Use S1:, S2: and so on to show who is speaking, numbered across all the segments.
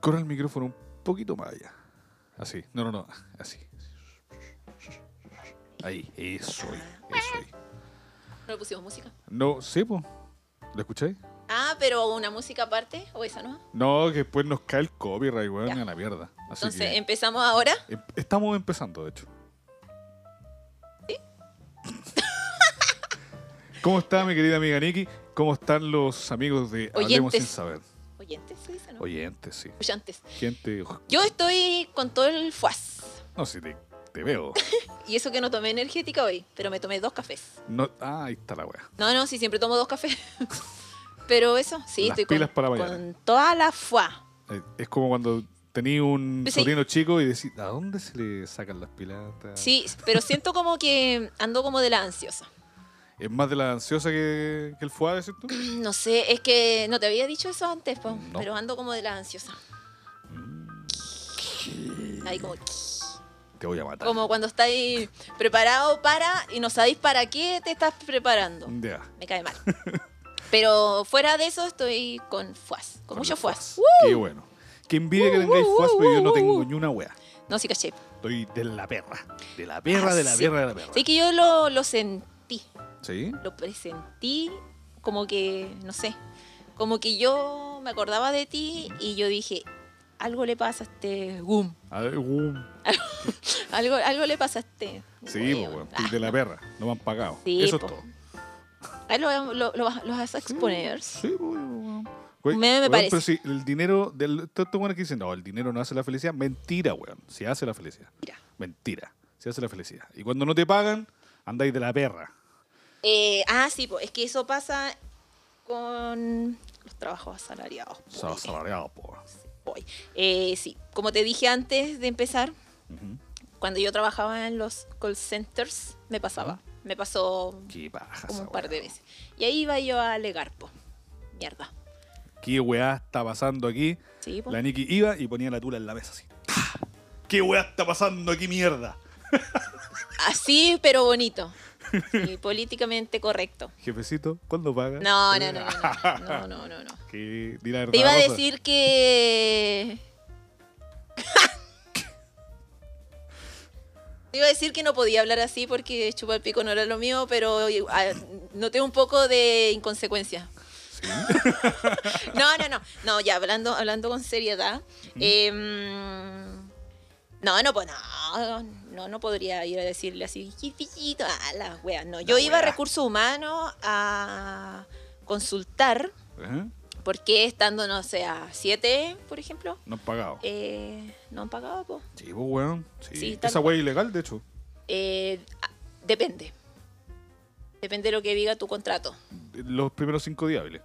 S1: Con el micrófono un poquito más allá. Así. No, no, no. Así. Ahí. Eso. ahí, Eso. ahí.
S2: ¿No le pusimos música?
S1: No, sí, po. ¿Lo escucháis?
S2: Ah, pero una música aparte, o esa no.
S1: No, que después nos cae el copyright, weón,
S2: Ya.
S1: a la mierda. Así
S2: Entonces,
S1: que,
S2: empezamos ahora.
S1: em- estamos empezando, de hecho. ¿Cómo está, mi querida amiga Nikki? ¿Cómo están los amigos de Hablemos
S2: Oyentes.
S1: Sin Saber?
S2: Oyentes, se dice, ¿no?
S1: Oyentes, sí.
S2: Escuchantes.
S1: Gente,
S2: Yo estoy con todo el fuaz.
S1: no sé, te, te veo.
S2: Y eso que no tomé energética hoy, pero me tomé dos cafés.
S1: No, ah, ahí está la wea.
S2: No, no, sí, siempre tomo dos cafés. pero eso, sí,
S1: Las
S2: estoy
S1: pilas
S2: con,
S1: para mañana.
S2: con toda la fuá.
S1: Eh, Es como cuando tenía un
S2: Sí.
S1: sobrino chico y decís, ¿a dónde se le sacan las pilatas?
S2: Sí, pero siento como que ando como de la ansiosa.
S1: ¿Es más de la ansiosa que, que el fuá, ¿cierto?
S2: No sé, es que no te había dicho eso antes, po,
S1: No.
S2: pero ando como de la ansiosa.
S1: Mm.
S2: Ahí como,
S1: Te voy a matar.
S2: como cuando estáis preparado para y no sabéis para qué te estás preparando.
S1: Ya.
S2: Me cae mal. Pero fuera de eso estoy con fuas, con,
S1: Con
S2: mucho
S1: los
S2: fuas.
S1: fuas. Qué bueno. Qué envidia que
S2: Uh,
S1: tengáis
S2: uh,
S1: fuas,
S2: uh,
S1: pero yo no
S2: uh,
S1: tengo
S2: uh.
S1: ni una wea.
S2: No, sí caché.
S1: Estoy de la perra. De la perra, de la
S2: Así.
S1: perra, de la perra.
S2: Ah, Sí que yo lo, lo sentí,
S1: ¿Sí?
S2: lo presentí como que, no sé, como que yo me acordaba de ti y yo dije, algo le pasa a este gum.
S1: A ver, um.
S2: Algo, algo le este pasaste.
S1: Sí, pues, weón. Estoy de la perra. No me han pagado.
S2: Ah. Sí,
S1: Eso
S2: po.
S1: es todo.
S2: Ahí lo, lo, lo vas- lo vas a exponer.
S1: Sí, pues, weón.
S2: Me- me
S1: weón,
S2: parece.
S1: Pero si el dinero, del, todo esto bueno que dicen, no, el dinero no hace la felicidad. Mentira, weón. Se hace la felicidad.
S2: Mira.
S1: Mentira. Se hace la felicidad. Y cuando no te pagan, andáis de la perra.
S2: Eh, ah, sí, po, es que eso pasa con los trabajos asalariados. po,
S1: Sos Asalariado, po.
S2: hoy. Eh, sí, como te dije antes de empezar,
S1: Ujú.
S2: cuando yo trabajaba en los call centers, me pasaba. Me pasó
S1: Qué paja.
S2: como
S1: esa
S2: un par de
S1: weá.
S2: veces. Y ahí iba yo a alegar, po. Mierda.
S1: ¿Qué weá está pasando aquí?
S2: Sí, po.
S1: La Nikki iba y ponía la tula en la mesa así. ¡Pah! ¿Qué weá está pasando aquí, mierda?
S2: Así, Ah, pero bonito. Y políticamente correcto.
S1: Jefecito, ¿cuándo pagas?
S2: No, no, no, no, no, no, no, no, no.
S1: Que di la verdad,
S2: Te iba a
S1: Rosa.
S2: decir que. Te iba a decir que no podía hablar así porque chupar el pico no era lo mío, pero eh, ah, noté un poco de inconsecuencia. no, no, no. No, ya hablando, hablando con seriedad. eh, mm, no, no, pues no, no, no podría ir a decirle así, "Jefecito", a las weas. No, yo
S1: La
S2: iba a
S1: wea.
S2: recursos humanos a consultar
S1: Ajá,
S2: porque estando, no sé, a 7, por ejemplo,
S1: No han pagado.
S2: eh, no han pagado, po.
S1: Sí, pues, weón. Sí.
S2: Sí, tal
S1: Esa weá es ilegal, de hecho.
S2: Eh, ah, depende. Depende de lo que diga tu contrato.
S1: Los primeros cinco días, ¿vale?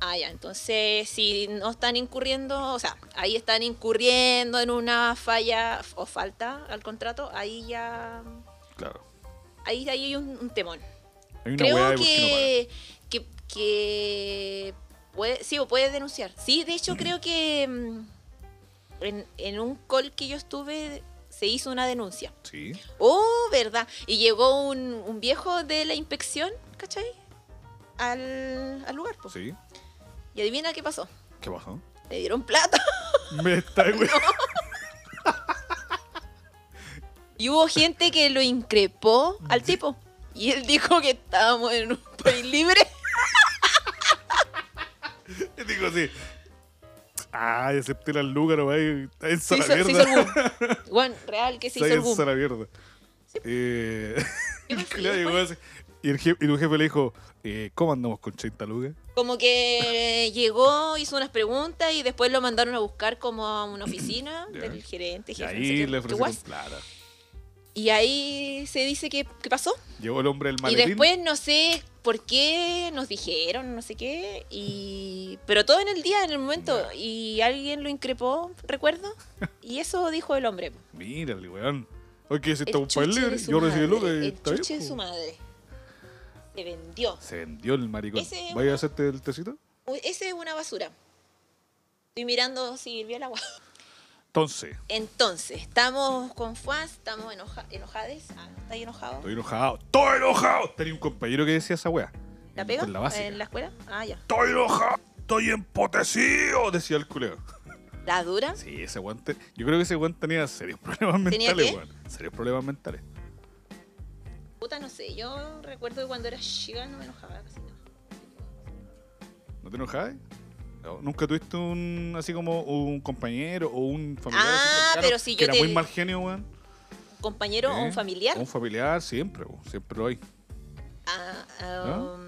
S2: Ah, ya, entonces si no están incurriendo, o sea, ahí están incurriendo en una falla o falta al contrato, ahí ya,
S1: Claro.
S2: ahí, ahí hay un, un temón.
S1: Hay una weá
S2: Creo
S1: de por qué no pagan.
S2: que, que, que puede, sí, o puede denunciar. Sí, de hecho creo que mm, en, en un call que yo estuve se hizo una denuncia.
S1: Sí.
S2: Oh, verdad. Y llegó un, un viejo de la inspección, ¿cachai? Al, al lugar. po.
S1: Sí.
S2: Y adivina qué pasó.
S1: ¿Qué pasó?
S2: Le dieron plata.
S1: Me está weón.
S2: Y hubo gente que lo increpó al tipo. Y él dijo que estábamos en un país libre.
S1: Yo digo así. Ah, acepté las lucas, no weón. Está en
S2: Se
S1: la
S2: hizo, se hizo el
S1: mierda.
S2: boom. Bueno, real que se hizo
S1: Está
S2: el
S1: en
S2: boom.
S1: la mierda. Eh,
S2: ¿Qué
S1: el
S2: pasó
S1: culiao llegó así. Y el jefe, y tu jefe le dijo, eh, ¿cómo andamos con 30 lucas?
S2: Como que llegó, hizo unas preguntas y después lo mandaron a buscar como a una oficina
S1: Ya.
S2: del gerente.
S1: Y
S2: jefe, no sé
S1: ahí
S2: qué,
S1: le
S2: qué
S1: ofrecieron
S2: guas.
S1: plata.
S2: Y ahí se dice que, que pasó.
S1: Llegó el hombre del
S2: Y
S1: maletín.
S2: después no sé por qué nos dijeron, no sé qué. y Pero todo en el día, en el momento. Y alguien lo increpó, recuerdo. Y eso dijo el hombre.
S1: Mírale, weón. Oye, que si
S2: El
S1: está un país
S2: chuche
S1: libre,
S2: de su
S1: yo recibí lucas
S2: madre,
S1: y
S2: El
S1: está bien,
S2: chuche de
S1: po.
S2: su madre. Se vendió.
S1: Se vendió el maricón.
S2: Ese-
S1: ¿Vaya a hacerte el tecito?
S2: Uy, Ese es una basura. Estoy mirando si hirvió el agua.
S1: Entonces,
S2: Entonces, estamos con Fuas, estamos enoja enojades. Ah, ¿no ¿Estáis enojados?
S1: estoy enojado. ¡Estoy enojado! Tenía un compañero que decía esa weá.
S2: ¿La pega?
S1: Con la básica.
S2: ¿En la escuela? Ah, ya.
S1: ¡Estoy enojado! ¡Estoy empotecido! Decía el culeo.
S2: ¿La dura?
S1: Sí, ese guante. Yo creo que ese guante tenía serios problemas
S2: ¿Tenía
S1: mentales,
S2: qué?
S1: weón. Serios problemas mentales.
S2: Puta, no sé. Yo recuerdo que cuando era chica no me enojaba casi nada.
S1: ¿No te enojabas? No, ¿Nunca tuviste un así como un compañero o un familiar?
S2: Ah,
S1: así cercano
S2: pero si yo
S1: que era
S2: te
S1: muy
S2: di-
S1: mal genio, weón.
S2: ¿Compañero o
S1: ¿Eh?
S2: un familiar?
S1: Un familiar, siempre, weón. Siempre lo hay.
S2: Ah, ah,
S1: ¿No?
S2: um,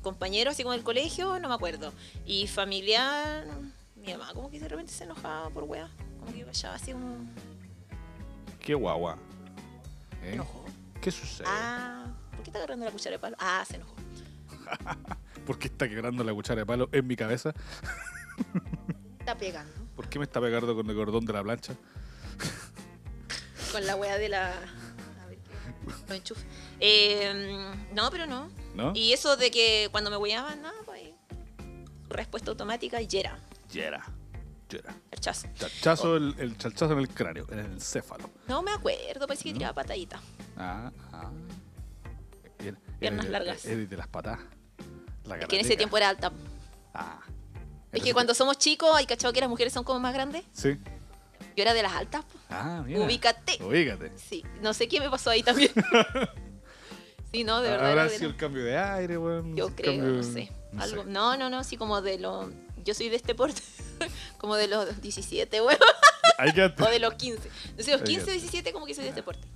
S2: Compañero así como del colegio, no me acuerdo. Y familiar, mi mamá como que de repente se enojaba por weá. Como que callaba así como
S1: ¿Eh? Qué guagua. ¿Eh?
S2: enojo.
S1: ¿Qué sucede?
S2: Ah, ¿por qué está agarrando la cuchara de palo? Ah, se enojó.
S1: ¿Por qué está quebrando la cuchara de palo en mi cabeza?
S2: Está pegando.
S1: ¿Por qué me está pegando con el cordón de la plancha?
S2: Con la weá de la. A ver qué. Lo enchufe. Eh, mm, no, pero no.
S1: ¿No?
S2: Y eso de que cuando me hueaban, nada, pues. Respuesta automática y era.
S1: Yera. Yera.
S2: Rechazo.
S1: Chachazo, el, el chalchazo en el cráneo, en el céfalo.
S2: No me acuerdo, parece que
S1: ¿No?
S2: tiraba patadita.
S1: Ah, ah. Era-
S2: Piernas
S1: era-
S2: largas.
S1: era de las patas. La
S2: Es que en ese
S1: garateca.
S2: tiempo era alta.
S1: Ah.
S2: Es
S1: Entonces-
S2: que cuando somos chicos, hay cachado que las mujeres son como más grandes.
S1: Sí.
S2: Yo era de las altas. po.
S1: Ah, mira.
S2: Ubícate.
S1: Ubícate.
S2: Sí, no sé qué me pasó ahí también. sí, no, de verdad. era
S1: Habrá
S2: de
S1: sido
S2: la-
S1: el cambio de aire, weón.
S2: Yo
S1: el
S2: creo,
S1: cambio-
S2: no sé. Algo, no, no, no, sí, como de los. Yo soy de este porte, como de los 17, weón,
S1: Hay que
S2: o de los 15. No sé, los
S1: Ahí
S2: 15,
S1: quédate.
S2: 17, como que soy de este porte.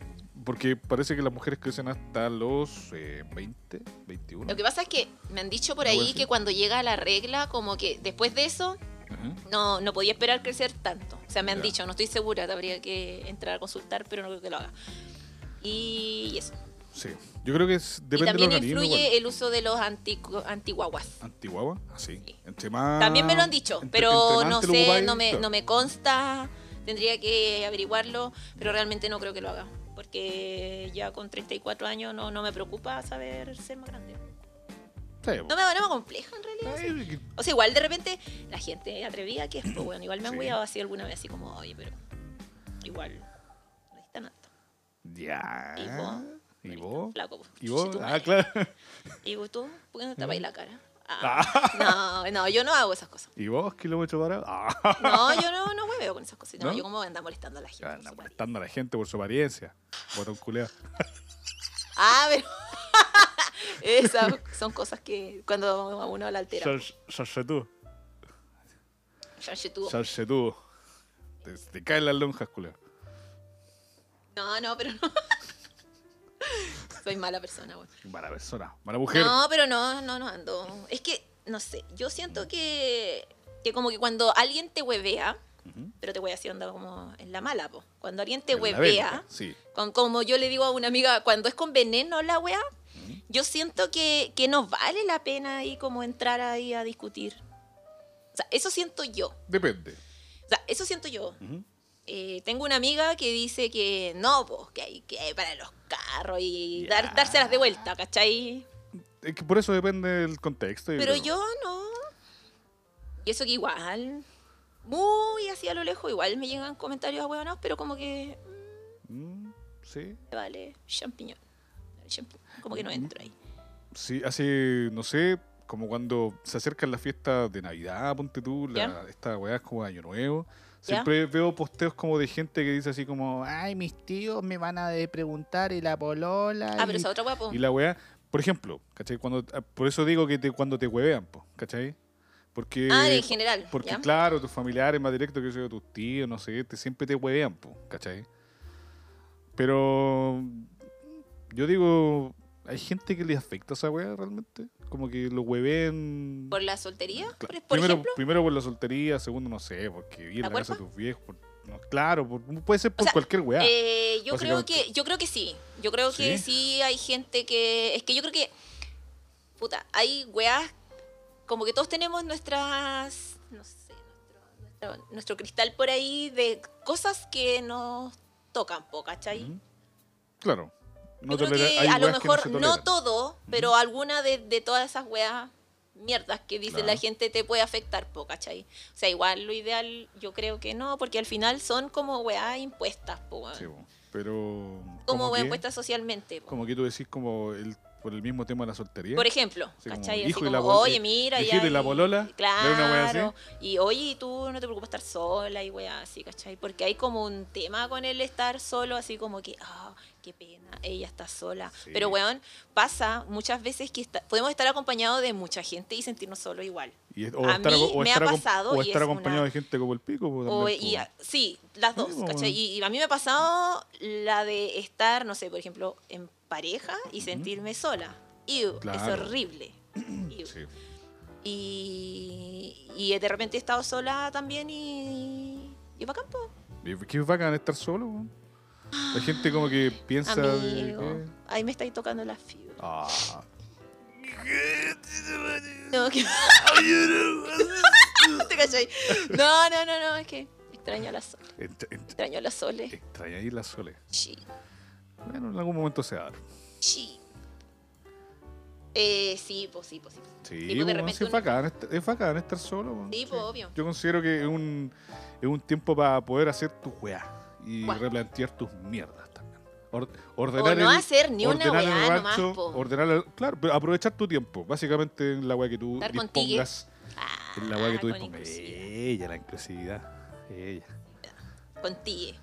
S1: Porque parece que las mujeres crecen hasta los eh, 20, 21.
S2: Lo que pasa es que me han dicho por
S1: No, bueno,
S2: ahí
S1: sí.
S2: que cuando llega la regla, como que después de eso,
S1: Ajá.
S2: no, no podía esperar crecer tanto. O sea, me han
S1: Ya.
S2: dicho, no estoy segura, habría que entrar a consultar, pero no creo que lo haga. Y, y eso.
S1: Sí. Yo creo que es-
S2: Y
S1: depende
S2: también
S1: del organismo.
S2: influye
S1: igual.
S2: el uso de los anti, antiguaguas.
S1: Antiguagua, así.
S2: Sí.
S1: Ah, Entre más-
S2: También me lo han dicho,
S1: Ah, entre-
S2: pero
S1: entre más
S2: no
S1: te lo
S2: sé,
S1: ocupáis,
S2: no me,
S1: claro.
S2: no me consta, tendría que averiguarlo, pero realmente no creo que lo haga, porque ya con 34 años no, no me preocupa saber ser más grande.
S1: Sí,
S2: No me, no me compleja en realidad. sí.
S1: Ay, que-
S2: O sea, igual de repente la gente atrevida que es, pues bueno, igual me han
S1: Sí.
S2: cuidado así alguna vez, así como, oye, pero igual, no es tan alto.
S1: Ya.
S2: ¿Y vos?
S1: Ah, ¿Y vos?
S2: Flaco, pues,
S1: ¿Y vos?
S2: chuche tu
S1: Ah,
S2: madre.
S1: claro. Mm.
S2: Y vos, tú, ¿por qué no te tapáis la cara? Ah, No, no, yo no hago esas cosas.
S1: ¿Y vos, kilómetro para? Ah,
S2: No, yo no, no hueveo con esas cosas. No,
S1: ¿No?
S2: yo como ando molestando a la gente.
S1: ya
S2: no
S1: anda
S2: sé cuál.
S1: molestando a la gente por su apariencia. Botón culeado.
S2: Ah, pero. Esas son cosas que cuando a uno la altera.
S1: Sarse tú.
S2: Chanche tú.
S1: Sarse tú. Te, te caen las lonjas, culeado.
S2: No, no, pero no. Soy mala persona, güey.
S1: Mala persona. Mala mujer.
S2: No, pero no, no, no ando. Es que, no sé, yo siento que, que como que cuando alguien te huevea,
S1: Ujú.
S2: pero te huevea así onda como en la mala, po. Cuando alguien te
S1: En la pues.
S2: huevea,
S1: venta, Sí.
S2: con- como yo le digo a una amiga, cuando es con veneno la wea, yo siento que, que no vale la pena ahí como entrar ahí a discutir. O sea, eso siento yo.
S1: Depende.
S2: O sea, eso siento yo.
S1: Ujú.
S2: Eh, tengo una amiga que dice que no, pues, que hay que hay para los carros y
S1: Ya.
S2: dar, dárselas de vuelta, ¿cachai?
S1: Es que por eso depende del contexto.
S2: Pero
S1: creo.
S2: yo no. Y eso que igual, muy así a lo lejos, igual me llegan comentarios a pero como que
S1: Mm, sí.
S2: me vale champiñón. El champi- Como que no entro ahí.
S1: Sí, hace, no sé, como cuando se acercan las fiestas de Navidad, ponte tú, la,
S2: Ya.
S1: esta weá es como Año Nuevo.
S2: Ya.
S1: Siempre veo posteos como de gente que dice así como, ay, mis tíos me van a de preguntar y la polola.
S2: Ah, pero
S1: y,
S2: esa otra guapo.
S1: y la weá, por ejemplo, ¿cachai? Cuando, ah, por eso digo que te, cuando te huevean, po, ¿cachai? Porque,
S2: Ah, en general.
S1: porque
S2: ¿ya?
S1: claro, tus familiares más directos que yo, tus tíos, no sé, te, siempre te huevean, po, ¿cachai? Pero yo digo, ¿hay gente que le afecta esa weá realmente? Como que lo hueven.
S2: ¿Por la soltería? Por, por
S1: primero,
S2: ejemplo.
S1: primero por la soltería, segundo, no sé, porque vivir
S2: ¿La
S1: en la casa de
S2: cuerpa?
S1: tus viejos. por- no, claro, por- puede ser por
S2: sea,
S1: cualquier weá.
S2: Eh, yo creo
S1: básicamente.
S2: que yo creo que sí. Yo creo que
S1: ¿Sí?
S2: sí hay gente que es que yo creo que puta, hay weas como que todos tenemos nuestras no sé, nuestro, nuestro- nuestro cristal por ahí de cosas que nos tocan, po, ¿cachai?
S1: Ujú. ¿Mm? claro. No
S2: yo creo
S1: tolera-
S2: que
S1: hay
S2: a lo
S1: weas que
S2: mejor
S1: se
S2: no,
S1: toleran.
S2: todo, pero alguna de, de todas esas weas mierdas que dice la
S1: Claro.
S2: gente te puede afectar, po, ¿cachai? O sea, igual lo ideal yo creo que no, porque al final son como weas impuestas, po, weón.
S1: Sí, po, pero.
S2: como
S1: que-
S2: impuestas socialmente. po.
S1: Como que tú decís, como el, por el mismo tema de la soltería.
S2: Por ejemplo,
S1: Así como,
S2: ¿cachai?
S1: hijo y
S2: Así
S1: la
S2: como,
S1: bol-
S2: oye,
S1: eh,
S2: mira,
S1: hijito y la polola, era una wea así.
S2: Claro. Y oye, y tú no te preocupas estar sola y weá así, ¿cachai? Porque hay como un tema con el estar solo, así como que, ah, qué pena, ella está sola.
S1: Sí.
S2: Pero weón, pasa muchas veces que está- podemos estar acompañados de mucha gente y sentirnos solos igual.
S1: Y es- o
S2: a
S1: estar,
S2: mí
S1: o
S2: me
S1: estar
S2: ha
S1: acom-
S2: pasado
S1: o
S2: y
S1: estar
S2: es
S1: acompañado
S2: una-
S1: de gente como el pico. pues,
S2: O-
S1: también,
S2: y,
S1: pues.
S2: a- sí, las dos,
S1: Sí, pues,
S2: ¿cachai?
S1: bueno.
S2: Y, y a mí me ha pasado la de estar, no sé, por ejemplo, en pareja y sentirme sola. Iu,
S1: Claro.
S2: Es horrible. Iu.
S1: Sí.
S2: Y, y de repente he estado sola también y. y pa' campo.
S1: Y Qué bacán estar solo. weón. La gente como que piensa... de
S2: Amigo.
S1: que-
S2: Ahí me estáis tocando la fibra.
S1: Ah.
S2: No, que- ¿Te cachai? No, no, no, no, es que extraño a la sol.
S1: Ent- ent-
S2: Extraño a la sole.
S1: Extraña ahí la sole.
S2: Sí.
S1: Bueno, en algún momento se va a dar.
S2: Sí. Eh, sí, pues sí, pues sí.
S1: Sí,
S2: Y pues de
S1: weón,
S2: repente
S1: sí, es,
S2: uno-
S1: bacán, est- es bacán estar solo. weón.
S2: Sí, pues, obvio.
S1: Yo considero que es un, es un tiempo para poder hacer tu weá y
S2: Cuá.
S1: replantear tus mierdas también. Or- ordenar
S2: O no
S1: el-
S2: hacer ni una
S1: ordenar el
S2: weá nomás,
S1: rancho,
S2: po.
S1: ordenar el- claro, pero aprovechar tu tiempo. Básicamente en la weá que tú
S2: Estar con
S1: dispongas.
S2: Ah,
S1: En la weá que tú
S2: con
S1: dispongas.
S2: inclusividad.
S1: Ella, la inclusividad. Ella.
S2: Con Tige.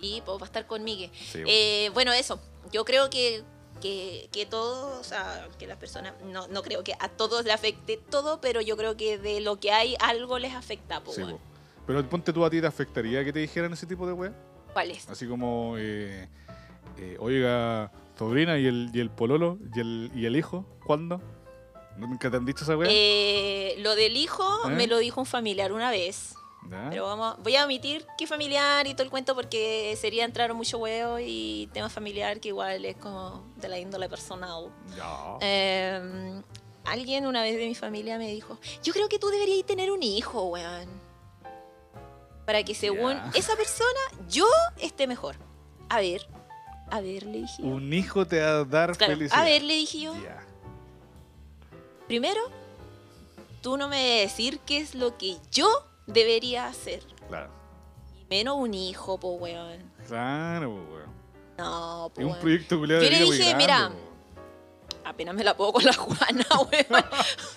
S2: Sí, pues va a estar con Migue.
S1: Sí,
S2: Eh, bueno, eso. Yo creo que, que, que todos, o sea, que las personas, no, no creo que a todos le afecte todo, pero yo creo que de lo que hay algo les afecta. po,
S1: Sí,
S2: weón.
S1: po. Pero ponte tú a ti, ¿te afectaría que te dijeran ese tipo de weá?
S2: ¿Cuál es?
S1: Así como, eh, eh, oiga, sobrina y el, y el pololo y el, y el hijo, ¿cuándo? ¿Nunca te han dicho esa weá?
S2: Eh, lo del hijo
S1: ¿Eh? ¿Ah?
S2: me lo dijo un familiar una vez.
S1: Ya.
S2: Pero vamos, voy a omitir que familiar y todo el cuento porque sería entrar mucho huevo y tema familiar que igual es como de la índole personal.
S1: Ya.
S2: Eh, alguien una vez de mi familia me dijo, yo creo que tú deberías tener un hijo, weón. Para que según
S1: Ya.
S2: esa persona, yo esté mejor. A ver, a ver, le dije. yo.
S1: Un hijo te va a dar
S2: Claro,
S1: felicidad.
S2: a ver, le dije yo.
S1: Ya.
S2: Primero, tú no me debes decir qué es lo que yo debería hacer.
S1: Claro.
S2: Y menos un hijo, po, weón.
S1: Claro, po, weón.
S2: No, po,
S1: Es un
S2: weón.
S1: proyecto culiado
S2: Yo
S1: de
S2: le
S1: vida muy
S2: dije,
S1: grande,
S2: mira,
S1: po.
S2: Apenas me la puedo con la Juana, weón.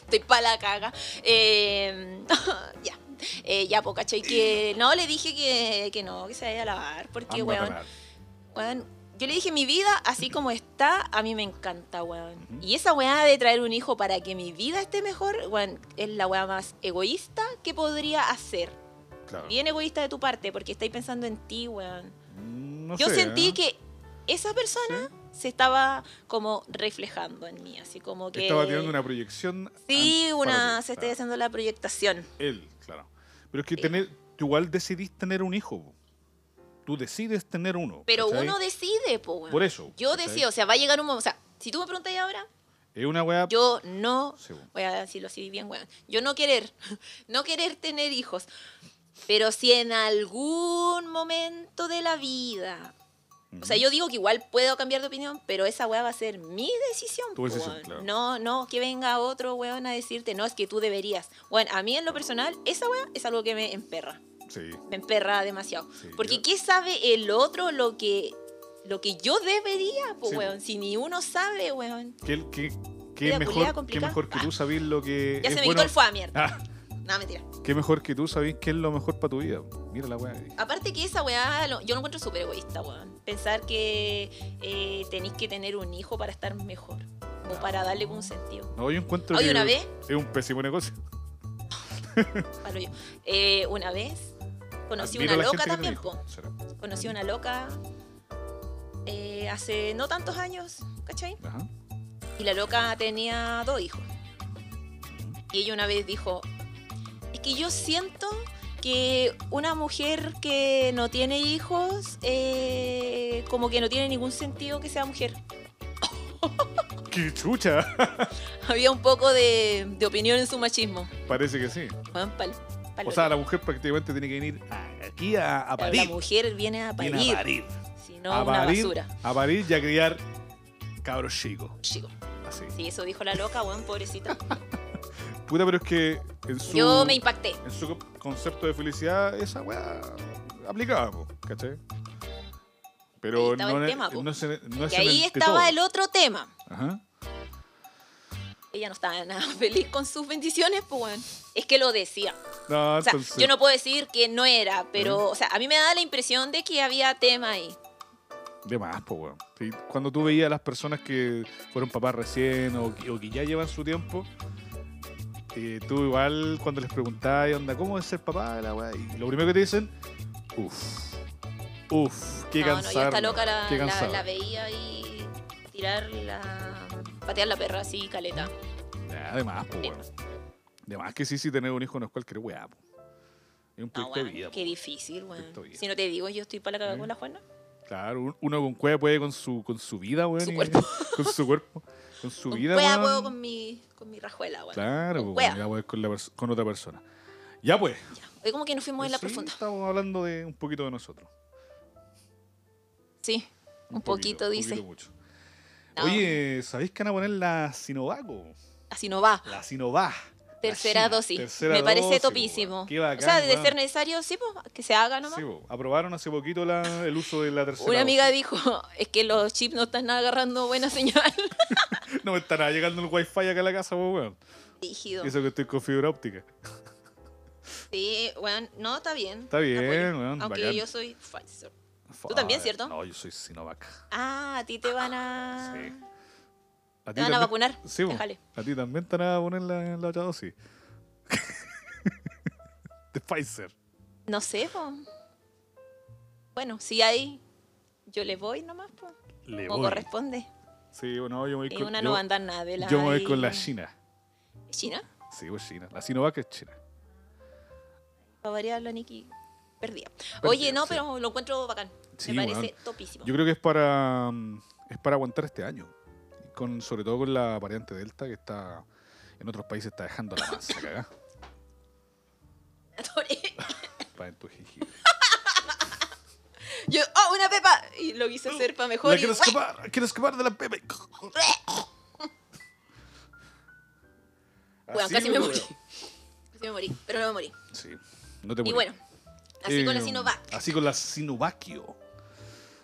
S2: Estoy pa' la caga. Eh, ya. Eh, ya, po, ¿cachai? Que no, le dije que, que no, que se vaya a lavar. Porque,
S1: Anda a
S2: weón,
S1: parar.
S2: weón, yo le dije, mi vida, así como está, a mí me encanta, weón. Y esa weá de traer un hijo para que mi vida esté mejor, weón, es la weá más egoísta que podría hacer.
S1: Claro.
S2: Bien egoísta de tu parte, porque estáis pensando en ti, weón.
S1: Mm, no
S2: Yo
S1: sé,
S2: sentí
S1: ¿eh?
S2: que esa persona se estaba como reflejando en mí, así como que...
S1: Estaba tirando una proyección.
S2: Sí,
S1: an- para
S2: una,
S1: ti,
S2: se Eh. está
S1: claro.
S2: haciendo la proyectación.
S1: Él, claro. Pero es que
S2: Sí.
S1: tener, tú igual decidís tener un hijo. po. Tú decides tener uno.
S2: Pero
S1: ¿cachai?
S2: uno decide, po, weón.
S1: Por eso,
S2: Yo
S1: ¿cachai?
S2: decido, o sea, va a llegar un momento, o sea, si tú me preguntas ahora,
S1: Es una weá.
S2: yo no,
S1: Ah. Sí, po.
S2: voy a decirlo así bien, weón, yo no querer, no querer tener hijos, pero si en algún momento de la vida... O sea, yo digo que igual puedo cambiar de opinión, pero esa weá va a ser mi decisión.
S1: Tu
S2: po,
S1: decisión,
S2: weón.
S1: claro.
S2: No, no, que venga otro weón a decirte, no, es que tú deberías. Bueno, a mí en lo personal, esa weá es algo que me emperra.
S1: Sí.
S2: me emperra demasiado.
S1: Sí,
S2: Porque
S1: yo-
S2: ¿qué sabe el otro lo que lo que yo debería, po,
S1: Sí, po.
S2: weón? Si ni uno sabe, weón.
S1: ¿Qué, qué, qué
S2: Era culiada
S1: mejor, qué
S2: complicada.
S1: mejor que
S2: Ah.
S1: tú sabís lo que.
S2: Ya
S1: es
S2: se me
S1: bueno-
S2: quitó el fue a mierda.
S1: Ah,
S2: No, mentira.
S1: qué mejor que tú sabís qué es lo mejor para tu vida. Mira la weá.
S2: Aparte que esa weá, lo- yo lo encuentro súper egoísta, weón. Pensar que eh, tenéis que tener un hijo para estar mejor.
S1: Ah.
S2: O para darle un sentido.
S1: No, yo encuentro
S2: Oye,
S1: que
S2: una vez-
S1: es un pésimo negocio.
S2: Palo yo. Eh, una vez conocí
S1: Admiro a
S2: una
S1: la
S2: loca
S1: gente que
S2: también,
S1: te dijo.
S2: po.
S1: Sí.
S2: Conocí una loca eh, hace no tantos años, ¿cachai?
S1: Ajá.
S2: Y la loca tenía dos hijos. Y ella una vez dijo, es que yo siento que una mujer que no tiene hijos, eh, como que no tiene ningún sentido que sea mujer.
S1: ¡Qué chucha!
S2: Había un poco de, de opinión en su machismo.
S1: Parece que sí.
S2: Juan pal- pal-
S1: O sea, la mujer prácticamente tiene que venir a- aquí a, a
S2: Pero la
S1: parir.
S2: mujer viene a
S1: Viene a
S2: parir,
S1: parir.
S2: si no
S1: a,
S2: una
S1: parir
S2: basura.
S1: a parir y a criar cabros chicos.
S2: Chico,
S1: Así.
S2: sí, eso dijo la loca, weón, pobrecita.
S1: Puta, pero es que en su,
S2: Yo me impacté.
S1: en su concepto de felicidad, esa weá aplicaba, po, ¿cachai? Pero
S2: Ahí estaba
S1: no,
S2: el
S1: es-
S2: tema, po.
S1: no, se, no es
S2: Y ahí estaba el otro tema.
S1: Ajá.
S2: ella no estaba nada feliz con sus bendiciones, pues bueno. Es que lo decía.
S1: No,
S2: O sea,
S1: entonces. ¿Mm?
S2: yo no puedo decir que no era, pero, o sea, a mí me da la impresión de que había tema ahí.
S1: De más, pues, weón. Sí, Cuando tú veías a las personas que fueron papás recién o, que- o que ya llevan su tiempo, eh, tú igual cuando les preguntabas, onda, ¿cómo es ser papá? La weá? y lo primero que te dicen, uff, uff, qué
S2: no, no, yo
S1: cansado.
S2: esta loca la,
S1: qué
S2: la-
S1: cansado.
S2: la veía y tirar la. patear la perra así, caleta. Eh,
S1: Nah, de más, pues,
S2: Sí.
S1: weón. De más que sí, sí, tener un hijo no es cualquier weá, po. Es un
S2: No,
S1: proyecto de
S2: weón,
S1: vida, po.
S2: qué difícil, weón.
S1: Proyecto de vida. ¿Eh?
S2: Si no te digo, yo estoy para la cagada con la Juana.
S1: Claro, un- uno con cueva puede con su, con su vida, weón.
S2: Su
S1: y-
S2: cuerpo.
S1: Con su cuerpo. Con su vida,
S2: Con cueva
S1: weón.
S2: puedo con mi, con mi rajuela, weón.
S1: Claro,
S2: con
S1: pues,
S2: cueva.
S1: ya puedes con, la pers- con otra persona. Ya pues.
S2: Es como que nos fuimos en la
S1: Sí,
S2: profunda.
S1: Estamos hablando de un poquito de nosotros.
S2: Sí, un, poquito,
S1: un
S2: dice.
S1: poquito mucho.
S2: No,
S1: Oye, ¿sabéis que van a poner la Sinovaco?
S2: Así no va.
S1: La Sinovac. la
S2: Tercera
S1: China,
S2: dosis.
S1: tercera
S2: me parece
S1: dosis,
S2: topísimo.
S1: weón. Qué bacán,
S2: o sea, de
S1: weón.
S2: ser necesario, sí, pues, que se haga nomás.
S1: Sí, po, aprobaron hace poquito la- el uso de la tercera
S2: Una amiga
S1: dosis.
S2: dijo, es que los chips no están agarrando buena señal.
S1: No me estará llegando el wifi acá a la casa, po, weón.
S2: Rígido.
S1: Eso que estoy con fibra óptica.
S2: Sí, bueno, no, está bien.
S1: Está bien,
S2: apoyo.
S1: weón,
S2: Aunque
S1: bacán.
S2: yo soy Pfizer.
S1: Fa-
S2: Tú también, ¿cierto?
S1: No, yo soy Sinovac.
S2: Ah, a ti te van a...
S1: Sí. ¿A
S2: Te van a vacunar.
S1: Sí, pues. po.
S2: Déjale.
S1: a ti también te van a poner la, la otra dosis. de Pfizer.
S2: No sé, po. Bueno, si hay, yo le voy nomás, po.
S1: Le
S2: Como
S1: voy.
S2: corresponde.
S1: Sí, bueno, yo me voy
S2: Es
S1: con,
S2: una
S1: yo-
S2: no va a andar nada de la...
S1: Yo me voy con la
S2: China.
S1: China.
S2: ¿China?
S1: Sí, pues China. La Sinovac es China.
S2: Va a variar la Nikki. Perdida.
S1: Perdida,
S2: Oye, no,
S1: sí.
S2: pero lo encuentro bacán.
S1: Sí,
S2: Me parece
S1: weón.
S2: topísimo.
S1: Yo creo que es para mm, es para aguantar este año. Con, sobre todo con la variante Delta que está en otros países está dejando la masa, cagá. Para en tu jengibre.
S2: Yo, oh, una pepa. Y lo quise hacer para mejor.
S1: La
S2: y-
S1: quiero escapar, quiero escapar de la Pepe.
S2: Bueno,
S1: Así
S2: casi me
S1: lo
S2: morí.
S1: veo.
S2: Casi me morí, pero no me morí.
S1: Sí, no te
S2: Y
S1: morí.
S2: bueno, así con la
S1: Eh,
S2: Sinovac.
S1: Así con la Sinovacio.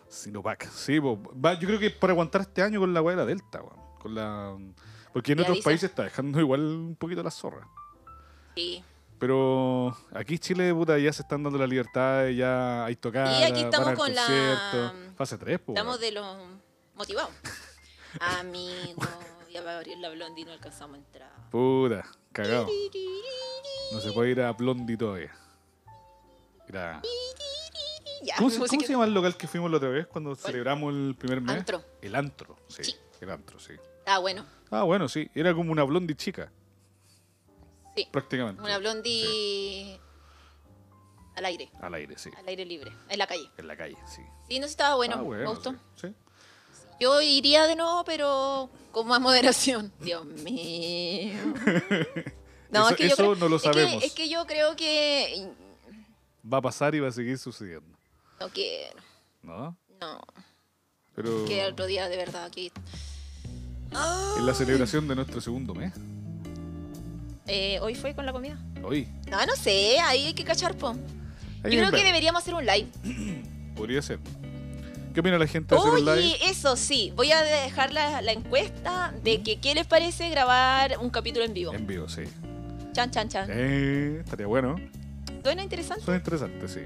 S1: Sinovac, sí, po. Va, yo creo que para aguantar este año con la weá de la Delta, weón. Con la... Porque en
S2: Ya
S1: otros
S2: dice.
S1: países está dejando igual un poquito la zorra.
S2: Sí.
S1: Pero aquí Chile, puta, ya se están dando la libertad, ya hay tocadas,
S2: Y aquí
S1: van
S2: estamos
S1: a haber
S2: con la-
S1: conciertos. Fase 3, pues.
S2: Estamos de los motivados. Amigo, ya va a abrir la blondie y no alcanzamos a entrar.
S1: Puta, cagado. No se puede ir a Blondie todavía. Era-
S2: Ya,
S1: ¿Cómo, se, cómo
S2: Ah, música.
S1: se llama el local que fuimos la otra vez cuando celebramos el primer mes?
S2: Antro.
S1: El antro, sí.
S2: Sí.
S1: El antro, sí.
S2: Ah, bueno.
S1: Ah, bueno, sí. Era como una blondie chica,
S2: Sí.
S1: prácticamente.
S2: Una blondie al aire,
S1: Al aire, sí.
S2: al aire libre, en la calle.
S1: En la calle, sí.
S2: Sí, no sí estaba bueno,
S1: Ah,
S2: me gustó.
S1: Sí. sí.
S2: Yo iría de nuevo, pero con más moderación. Dios mío.
S1: Eso- eso
S2: creo-
S1: no lo
S2: es que-
S1: sabemos.
S2: Es que, yo creo que.
S1: Va a pasar y va a seguir sucediendo,
S2: No quiero.
S1: ¿no?
S2: No.
S1: Pero
S2: Que el otro día, de verdad, que. Ah,
S1: en la celebración de nuestro segundo mes,
S2: eh, Hoy fue con la comida.
S1: hoy.
S2: No, no sé. Ahí hay que cachar, po. Yo
S1: Ahí
S2: creo
S1: nos
S2: que
S1: vemos.
S2: deberíamos hacer un live.
S1: Podría ser. ¿Qué opina la gente de hacer un live?
S2: Oye, eso sí. Voy a dejar la, la encuesta de que qué les parece grabar un capítulo en vivo.
S1: En vivo, sí.
S2: Chan, chan, chan.
S1: Eh, estaría bueno.
S2: ¿Suena interesante?
S1: Suena interesante, sí.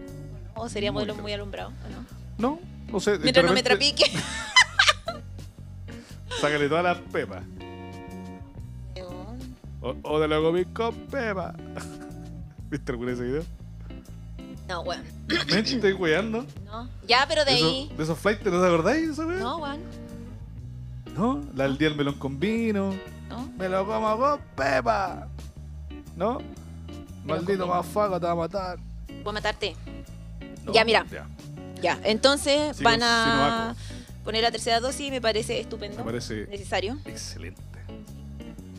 S2: ¿O seríamos
S1: Em. muy
S2: los muy alumbrados? ¿o no?
S1: No, no sé. de
S2: Mientras no me
S1: repente,
S2: trapique.
S1: Sácale todas las pepas. O, o de lo comí con pepa. ¿Viste alguna de ese video?
S2: No, weón.
S1: Me estoy cuidando.
S2: No. Ya, pero de
S1: De, eso-
S2: ahí.
S1: de esos flights, ¿no te acordáis? esa weá?
S2: No, weón.
S1: ¿No? La del día del melón con vino.
S2: No.
S1: Me lo como vos, Pepa. ¿No? Maldito
S2: con vino.
S1: mafaca, te va a matar.
S2: Voy a matarte.
S1: No,
S2: Ya, mira. Ya. Entonces
S1: Sí,
S2: van
S1: con
S2: a poner la tercera dosis y me parece estupendo.
S1: Me parece
S2: Necesario.
S1: excelente.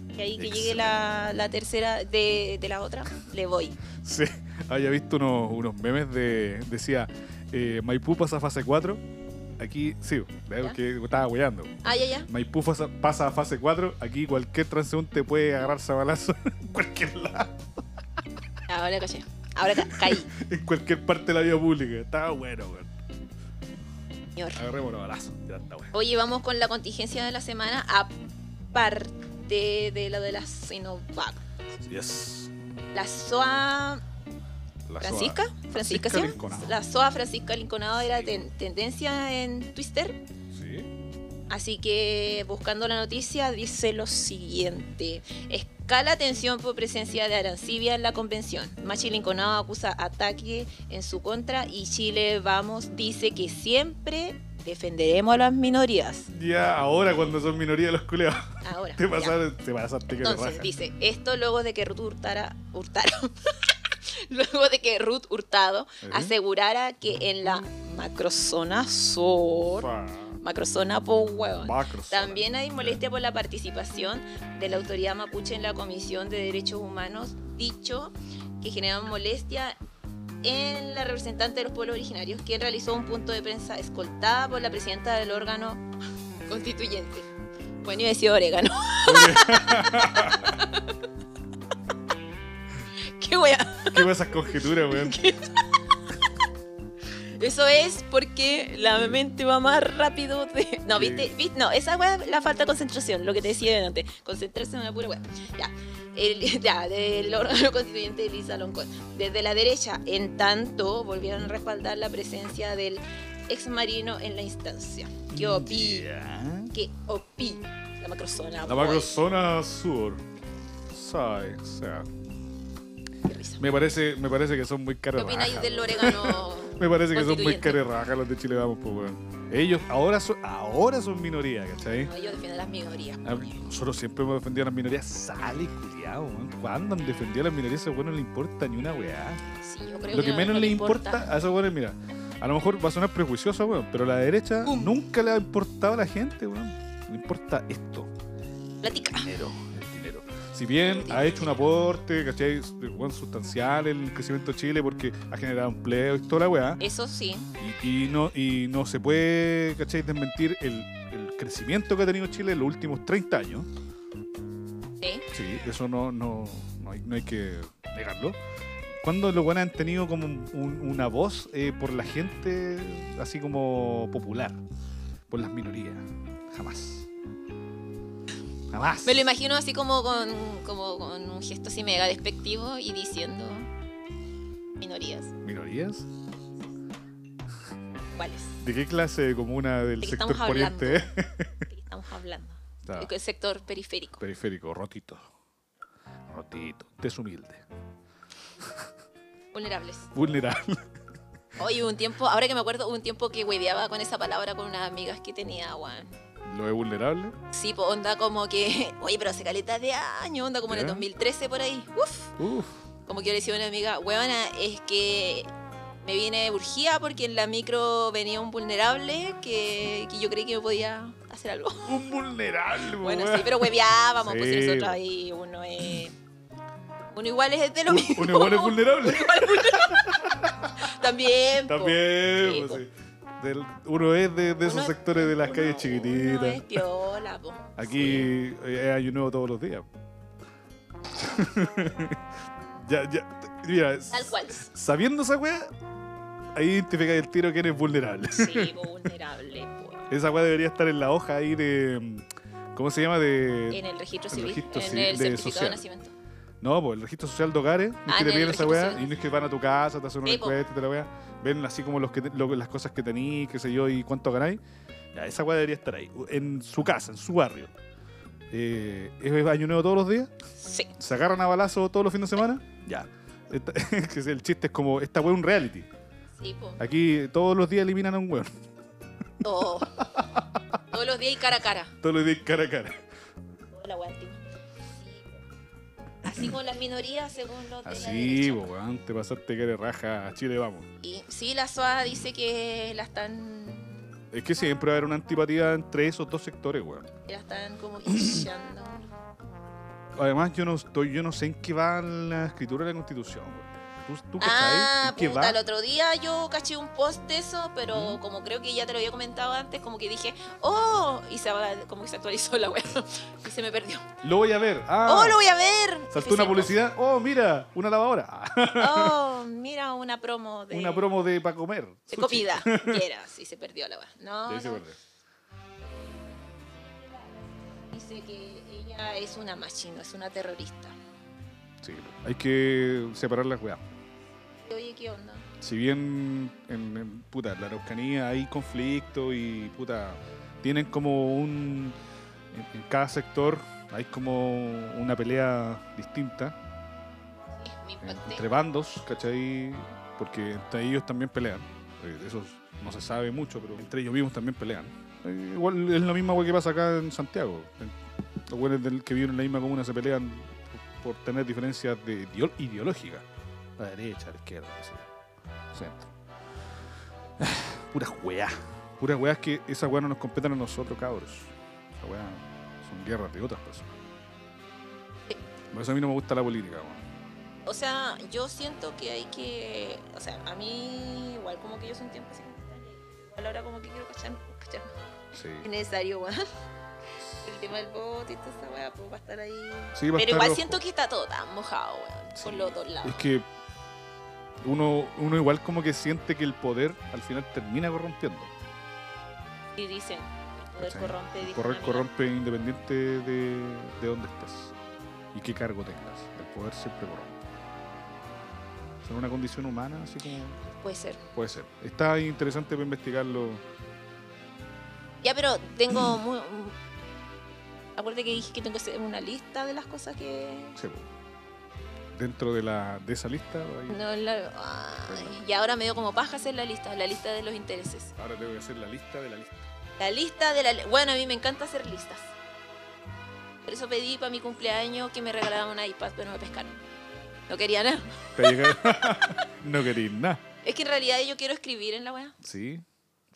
S2: Y ahí que llegue la, la tercera de, de la otra, le voy.
S1: Sí, había visto unos, unos memes de. Decía, eh, Maipú pasa a fase 4. Aquí, sí,
S2: Ya.
S1: que estaba hueando.
S2: Ah, ya, ya.
S1: Maipú fasa- pasa a fase 4. Aquí cualquier transeúnte puede agarrarse a balazo en cualquier lado,
S2: Ahora caché. Ahora ca- caí.
S1: en cualquier parte de la vía pública. Estaba bueno, weón.
S2: Señor.
S1: Agarrémonos a balazos. Ya está, weón.
S2: Oye, vamos con la contingencia de la semana. Aparte de, de lo de la Sinovac.
S1: Yes.
S2: La SOA
S1: La
S2: Francisca,
S1: Soa.
S2: Francisca, ¿sí?
S1: Linconado.
S2: La SOA Francisca Linconado era
S1: Sí.
S2: ten- tendencia en Twitter.
S1: Sí.
S2: Así que buscando la noticia dice lo siguiente. Escala tensión por presencia de Arancibia en la convención. Machi Linconado acusa ataque en su contra y Chile Vamos dice que siempre defenderemos a las minorías.
S1: Ya ahora cuando son minoría los culeados.
S2: Ahora.
S1: Te
S2: ya.
S1: pasaron, te pasaste que te
S2: Entonces
S1: raja.
S2: dice, esto luego de que Ruth Hurtara, Hurtaro, luego de que Ruth Hurtado
S1: Ujú.
S2: asegurara que en la macrozona sur,
S1: Pa-
S2: macrozona por hueón,
S1: Macros.
S2: también hay molestia por la participación de la autoridad mapuche en la Comisión de Derechos Humanos, dicho que generaban molestia en la representante de los pueblos originarios, quien realizó un punto de prensa escoltada por la presidenta del órgano constituyente. Bueno, iba a decir orégano. Qué wea.
S1: ¿Qué pasa esas conjeturas, weón?
S2: Eso es porque la mente va más rápido. de- No, viste, ¿Viste? no, esa wea es la falta de concentración, lo que te decía antes. Concentrarse en una pura wea. Ya. El, ya, del órgano constituyente de Lisa Loncón. Desde la derecha, en tanto, volvieron a respaldar la presencia del ex marino en la instancia.
S1: Mm,
S2: Que opi,
S1: Ya.
S2: que opi, la macrozona.
S1: La
S2: boy.
S1: macrozona sur. Sai, o sea,
S2: Qué risa.
S1: me parece, me parece que son muy
S2: ¿Qué
S1: caras
S2: opináis
S1: rajas.
S2: del orégano?
S1: Me parece que son muy
S2: constituyente?
S1: caras rajas los de Chile Vamos, pues, weón. Ellos ahora son, ahora son minoría, ¿cachai?
S2: No, yo defiendo las minorías.
S1: Ah, Nosotros siempre hemos defendido a las minorías. Sale, culiao, weón. Cuando han defendido a las minorías, a esos weones no le importa ni una weá.
S2: Sí, yo creo
S1: Lo
S2: que
S1: que
S2: no-
S1: menos
S2: no
S1: le importa, a esos weones, mira, a lo mejor va a sonar prejuicioso, weón, pero la derecha
S2: Pum.
S1: nunca le ha importado a la gente, weón. Le importa esto,
S2: Platica.
S1: dinero, el dinero. Si bien ha hecho un aporte, ¿cachai? Weón, sustancial en el crecimiento de Chile porque ha generado empleo y toda la weá.
S2: Eso sí.
S1: Y, y no, y no se puede, ¿cachai? Desmentir el, el crecimiento que ha tenido Chile en los últimos 30 años.
S2: sí.
S1: Sí, eso no, no, no, hay, no hay que negarlo. Cuando los buenos han tenido como un- un- una voz eh, por la gente así como popular? Por las minorías. Jamás. Jamás.
S2: Me lo imagino así como con, como con un gesto así mega despectivo y diciendo minorías.
S1: ¿Minorías?
S2: ¿Cuáles?
S1: ¿De qué clase de comuna del
S2: ¿De qué
S1: sector
S2: estamos hablando?
S1: poniente?
S2: ¿De qué estamos hablando?
S1: Está
S2: El sector periférico.
S1: Periférico, rotito. Rotito. Deshumilde.
S2: Vulnerables.
S1: Vulnerable.
S2: Oye, hubo un tiempo, ahora que me acuerdo, hubo un tiempo que hueveaba con esa palabra con unas amigas que tenía, weón.
S1: Lo de vulnerable.
S2: Sí, pues onda como que, oye, pero hace caleta de años, onda como en el
S1: Ya.
S2: 2013 por ahí. Uf.
S1: Uf.
S2: como que yo le decía a una amiga, huevona, es que me vine urgía porque en la micro venía un vulnerable que, que yo creí que yo podía hacer algo.
S1: Un vulnerable,
S2: Bueno,
S1: weón.
S2: sí, pero hueveábamos, pues
S1: Sí.
S2: si nosotros ahí uno es... Uno igual es de lo
S1: Un-
S2: mismo.
S1: un igual es vulnerable.
S2: También. po.
S1: También,
S2: Sí,
S1: pues,
S2: po.
S1: sí. Del- uno es de, de esos
S2: Uno es-
S1: sectores de las
S2: Uno-
S1: calles
S2: uno
S1: chiquititas.
S2: es piola, po.
S1: Aquí eh, hay un nuevo todos los días. ya, ya. t- Mira, s-
S2: Tal cual.
S1: sabiendo esa weá, ahí identificas el tiro que eres vulnerable.
S2: Sí, po, vulnerable, po.
S1: Esa weá debería estar en la hoja ahí de. mm, ¿Cómo se llama? De.
S2: En el registro
S1: Eh, El
S2: civil,
S1: registro
S2: en
S1: civil
S2: el
S1: de
S2: certificado de
S1: social.
S2: nacimiento.
S1: No, pues el registro social de hogares. No
S2: Ah,
S1: es que
S2: en
S1: te
S2: el
S1: piden esa
S2: registro
S1: weá.
S2: social.
S1: Y no es que van a tu casa, te hacen una
S2: Sí, po.
S1: encuesta y te la weá. Ven así como los que te- lo- las cosas que tenéis, qué sé yo, y cuánto ganáis. Ya, esa weá debería estar ahí. En su casa, en su barrio. Eh, ¿Es año nuevo todos los días?
S2: Sí.
S1: ¿Se agarran a balazo todos los fines de semana? Ya. Esta- que es el chiste es como, esta weá es un reality.
S2: Sí, po.
S1: Aquí todos los días eliminan a un weón.
S2: Todo. Todos los días y cara a cara.
S1: Todos los días cara a cara.
S2: la wea antigua. Así con las minorías, según los de la
S1: Así,
S2: derecha.
S1: po, weón. Te pasaste que eres raja a Chile, vamos.
S2: Y sí, la SOA dice que la están,
S1: Es que siempre va a haber una antipatía entre esos dos sectores, weón.
S2: la están como hinchando.
S1: Además, yo no estoy, yo no sé en qué va la escritura de la constitución, güey. ¿Tú, tú cachai?
S2: Ah,
S1: ¿En qué
S2: puta,
S1: va?
S2: el otro día yo caché un post de eso, pero
S1: Mm.
S2: como creo que ya te lo había comentado antes, como que dije, oh, y se, como que se actualizó la web y se me perdió.
S1: Lo voy a ver. Ah,
S2: Oh, lo voy a ver.
S1: Saltó una
S2: Empecemos.
S1: publicidad. Oh, mira, una lavadora. Ah,
S2: Oh, mira una promo de,
S1: Una promo de para comer. Sushi.
S2: de comida. Y era, sí, se perdió la web. No,
S1: De ahí se
S2: no.
S1: pierde.
S2: dice que ella es una machino, es una terrorista.
S1: Sí, hay que separar las weas.
S2: Y, Oye, ¿qué onda?
S1: Si bien en, en, puta, la Araucanía hay conflicto y puta, tienen como un. En, en cada sector hay como una pelea distinta
S2: Pues Sí, me
S1: en-
S2: impacté.
S1: entre bandos, ¿cachai? Porque entre ellos también pelean. Eh, Eso no se sabe mucho, pero entre ellos mismos también pelean. Eh, Igual es la misma wea que pasa acá en Santiago. Eh, Los güeyes del que viven en la misma comuna se pelean por por tener diferencias de ideo- ideológicas. La derecha, la izquierda, qué sé yo. Centro. Ah, Puras weas. Puras weas que esas weas no nos competan a nosotros, cabros. Esas weas son guerras de otras personas. Por eso a mí no me gusta la política, weón.
S2: O sea, yo siento que hay que. O sea, a mí, igual como que yo soy un tiempo así como que dale, Igual ahora como que quiero cachar. cachar.
S1: Sí.
S2: Es necesario, weón. El tema del voto y toda esa weá, pues va a estar ahí.
S1: Sí, va a
S2: Pero
S1: estar
S2: igual
S1: rojo.
S2: siento que está todo tan mojado, weón.
S1: Sí.
S2: Por los dos lados.
S1: Es que uno, uno igual como que siente que el poder al final termina corrompiendo.
S2: Y dicen, el poder
S1: ¿cachai?
S2: corrompe. dijo
S1: Correr
S2: una amiga.
S1: corrompe independiente de, de dónde estés y qué cargo tengas. El poder siempre corrompe. Es una condición humana, así como
S2: Puede ser.
S1: puede ser. Está interesante para investigarlo.
S2: Ya, pero tengo muy. Acuérdate que dije que tengo que hacer una lista de las cosas que.
S1: sí, po. Dentro de, la, de esa lista, ahí-
S2: No, la... Ay, y ahora me dio como paja hacer la lista, la lista de los intereses.
S1: ahora tengo que hacer la lista de la lista.
S2: La lista de la... li- Bueno, a mí me encanta hacer listas. Por eso pedí para mi cumpleaños que me regalaran un iPad, pero me pescaron. No quería nada.
S1: Te va a llegar- no querís nada.
S2: Es que en realidad yo quiero escribir en la weá.
S1: Sí.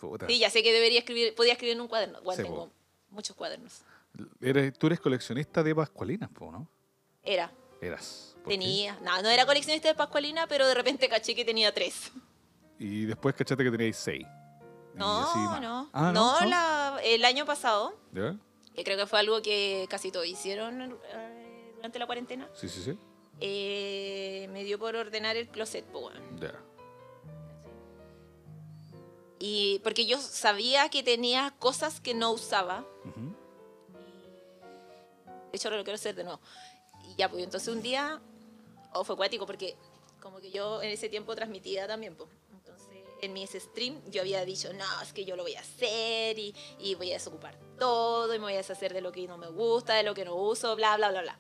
S1: Puta.
S2: Sí, ya sé que debería escribir, podía escribir en un cuaderno. Bueno,
S1: Sí,
S2: tengo
S1: po.
S2: muchos cuadernos.
S1: Eres- tú eres coleccionista de pascualinas, po, ¿no?
S2: Era,
S1: Eras. ¿Por qué?
S2: tenía, no, no era coleccionista de Pascualina, pero de repente caché que tenía tres.
S1: Y después cachate que teníais seis. Y así
S2: No,
S1: más.
S2: no.
S1: Ah,
S2: no, la- el año pasado,
S1: ¿Ya?
S2: que creo que fue algo que casi todos hicieron eh, durante la cuarentena,
S1: Sí, sí, sí.
S2: eh, me dio por ordenar el closet, po, weón.
S1: Ya.
S2: Y porque yo sabía que tenía cosas que no usaba.
S1: Ujú.
S2: De hecho, ahora lo quiero hacer de nuevo. Y ya, pues entonces un día, o fue cuático, porque como que yo en ese tiempo transmitía también, pues. Entonces, en mis stream yo había dicho, no, es que yo lo voy a hacer y, y voy a desocupar todo y me voy a deshacer de lo que no me gusta, de lo que no uso, bla, bla, bla, bla.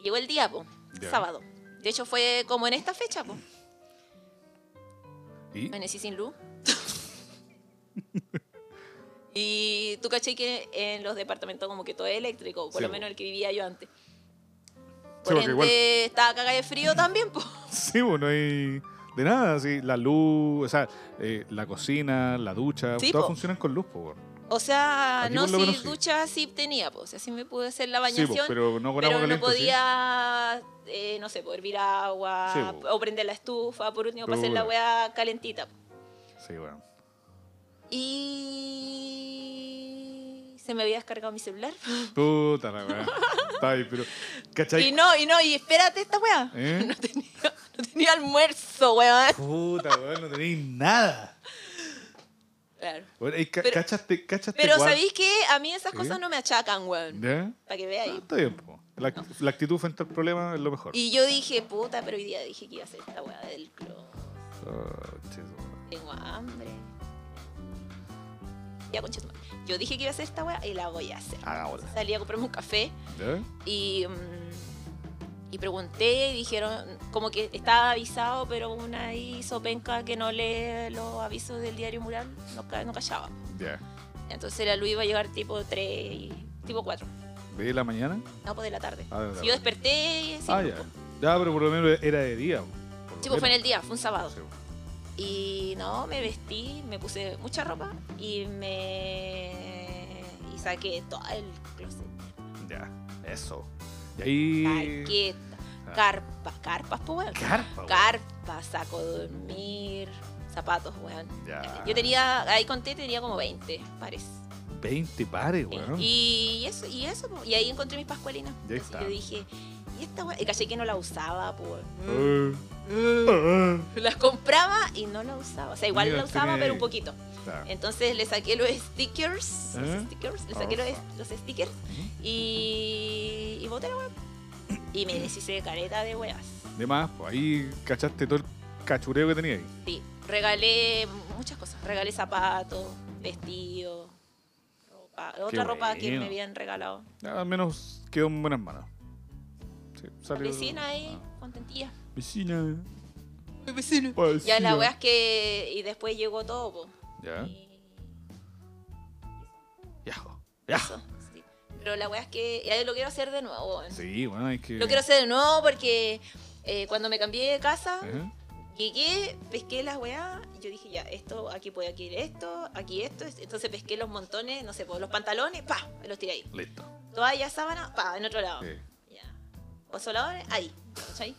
S2: Y llegó el día, pues,
S1: Ya.
S2: sábado. De hecho, fue como en esta fecha, pues.
S1: ¿Y?
S2: Amanecí sin luz. y tú caché que en los departamentos como que todo es eléctrico, por
S1: Sí,
S2: lo
S1: po.
S2: menos el que vivía yo antes.
S1: Sí,
S2: Por
S1: porque
S2: ende,
S1: igual-
S2: estaba cagada de frío también, po.
S1: Sí, bueno, hay de nada, sí. La luz, o sea, eh, la cocina, la ducha,
S2: Sí,
S1: todas
S2: po.
S1: funcionan con luz, po. weón.
S2: O sea,
S1: Aquí
S2: no,
S1: por lo
S2: si
S1: menos sí.
S2: ducha sí tenía, po. O sea, sí me pude hacer la
S1: Sí,
S2: bañación,
S1: po,
S2: pero,
S1: pero no con agua
S2: no
S1: caliente. sí.
S2: podía, eh, no sé, po, hervir agua
S1: Sí, po.
S2: o prender la estufa, por último, para
S1: Pero
S2: hacer la
S1: bueno.
S2: weá calentita. po.
S1: Sí, bueno.
S2: Y se me había descargado mi celular.
S1: Puta la weá. Está ahí, pero. ¿Cachai?
S2: Y no, y no, y espérate esta weá.
S1: ¿Eh?
S2: No, tenía, no tenía almuerzo, weón.
S1: Puta, weón, no tenéis nada.
S2: Claro.
S1: Bueno, y ca-
S2: Pero-
S1: cachaste, cachaste.
S2: Pero
S1: cuál-
S2: ¿sabéis qué? A mí esas
S1: Este ¿Sí?
S2: cosas no me achacan, weón.
S1: ¿Ya?
S2: Para que veáis.
S1: Ah, está bien, po. La, la actitud frente al problema es lo mejor.
S2: Y yo dije, puta, pero hoy día dije que iba a hacer esta weá del club.
S1: Ah, che, su madre.
S2: Tengo hambre. Ya, concha tu madre. Yo dije que iba a hacer esta weá y la voy a hacer.
S1: Hagámosla.
S2: Salí a comprarme un café
S1: ¿Ya?
S2: y. mm, y pregunté y dijeron, como que estaba avisado, pero una hizo penca que no lee los avisos del diario mural, no, ca- no callaba.
S1: Ya.
S2: Entonces la luz iba a llegar tipo 3 tipo 4.
S1: ¿De la mañana?
S2: No, pues de la tarde.
S1: Ah, de la
S2: Si yo
S1: tarde.
S2: desperté y sí,
S1: ah,
S2: no,
S1: ya.
S2: po.
S1: Ya, pero por lo menos era de día. por lo
S2: Sí, pues fue en el
S1: menos.
S2: día, fue un sábado.
S1: Sí,
S2: Y no, me vestí, me puse mucha ropa y me y saqué todo el closet.
S1: pues. ya. Eso. Y ahí.
S2: Tarjeta,
S1: Ah.
S2: carpas, carpas, pues weón.
S1: Carpa. weón.
S2: Carpas, saco de dormir, zapatos, weón.
S1: Ya.
S2: Yo tenía, ahí conté, tenía como 20, parece.
S1: 20 pares, weón.
S2: Y eso, y eso, po. y ahí encontré mis pascualinas.
S1: Ya
S2: Entonces
S1: está.
S2: yo dije, y esta weá, y caché que no la usaba, pues.
S1: Ah, ah.
S2: Las compraba y no la usaba. O sea, igual
S1: Mira,
S2: la usaba,
S1: tiene-
S2: pero un poquito.
S1: Claro.
S2: Entonces le saqué los stickers,
S1: ¿Eh?
S2: los stickers, le saqué los, los stickers y, y boté la wea. Y me deshice de careta de weas.
S1: De más, pues ahí cachaste todo el cachureo que tenía ahí.
S2: Sí, regalé muchas cosas. Regalé zapatos, vestidos, ropa, otra ropa que
S1: bueno.
S2: me habían regalado.
S1: Ya, al menos quedó en buenas manos. Sí,
S2: La
S1: salió-
S2: vecina ahí,
S1: Ah.
S2: contentilla.
S1: Vecina.
S2: Vecino. Ya
S1: Vecina.
S2: la wea es que. Y después llegó todo, po.
S1: Ya.
S2: Y
S1: Ya. Ya.
S2: eso, sí. Pero la wea es que. Ya lo quiero hacer de nuevo, weón.
S1: Sí, bueno, hay que.
S2: Lo quiero hacer de nuevo porque eh, cuando me cambié de casa,
S1: Ajá.
S2: llegué, pesqué las weas, y yo dije, ya, esto, aquí puede aquí ir esto, aquí esto. Entonces pesqué los montones, no sé, po, los pantalones, pa, los tiré ahí.
S1: Listo.
S2: Toalla, sábana, pa, en otro lado.
S1: Sí.
S2: Ya. Consoladores, ahí. ¿Cachai?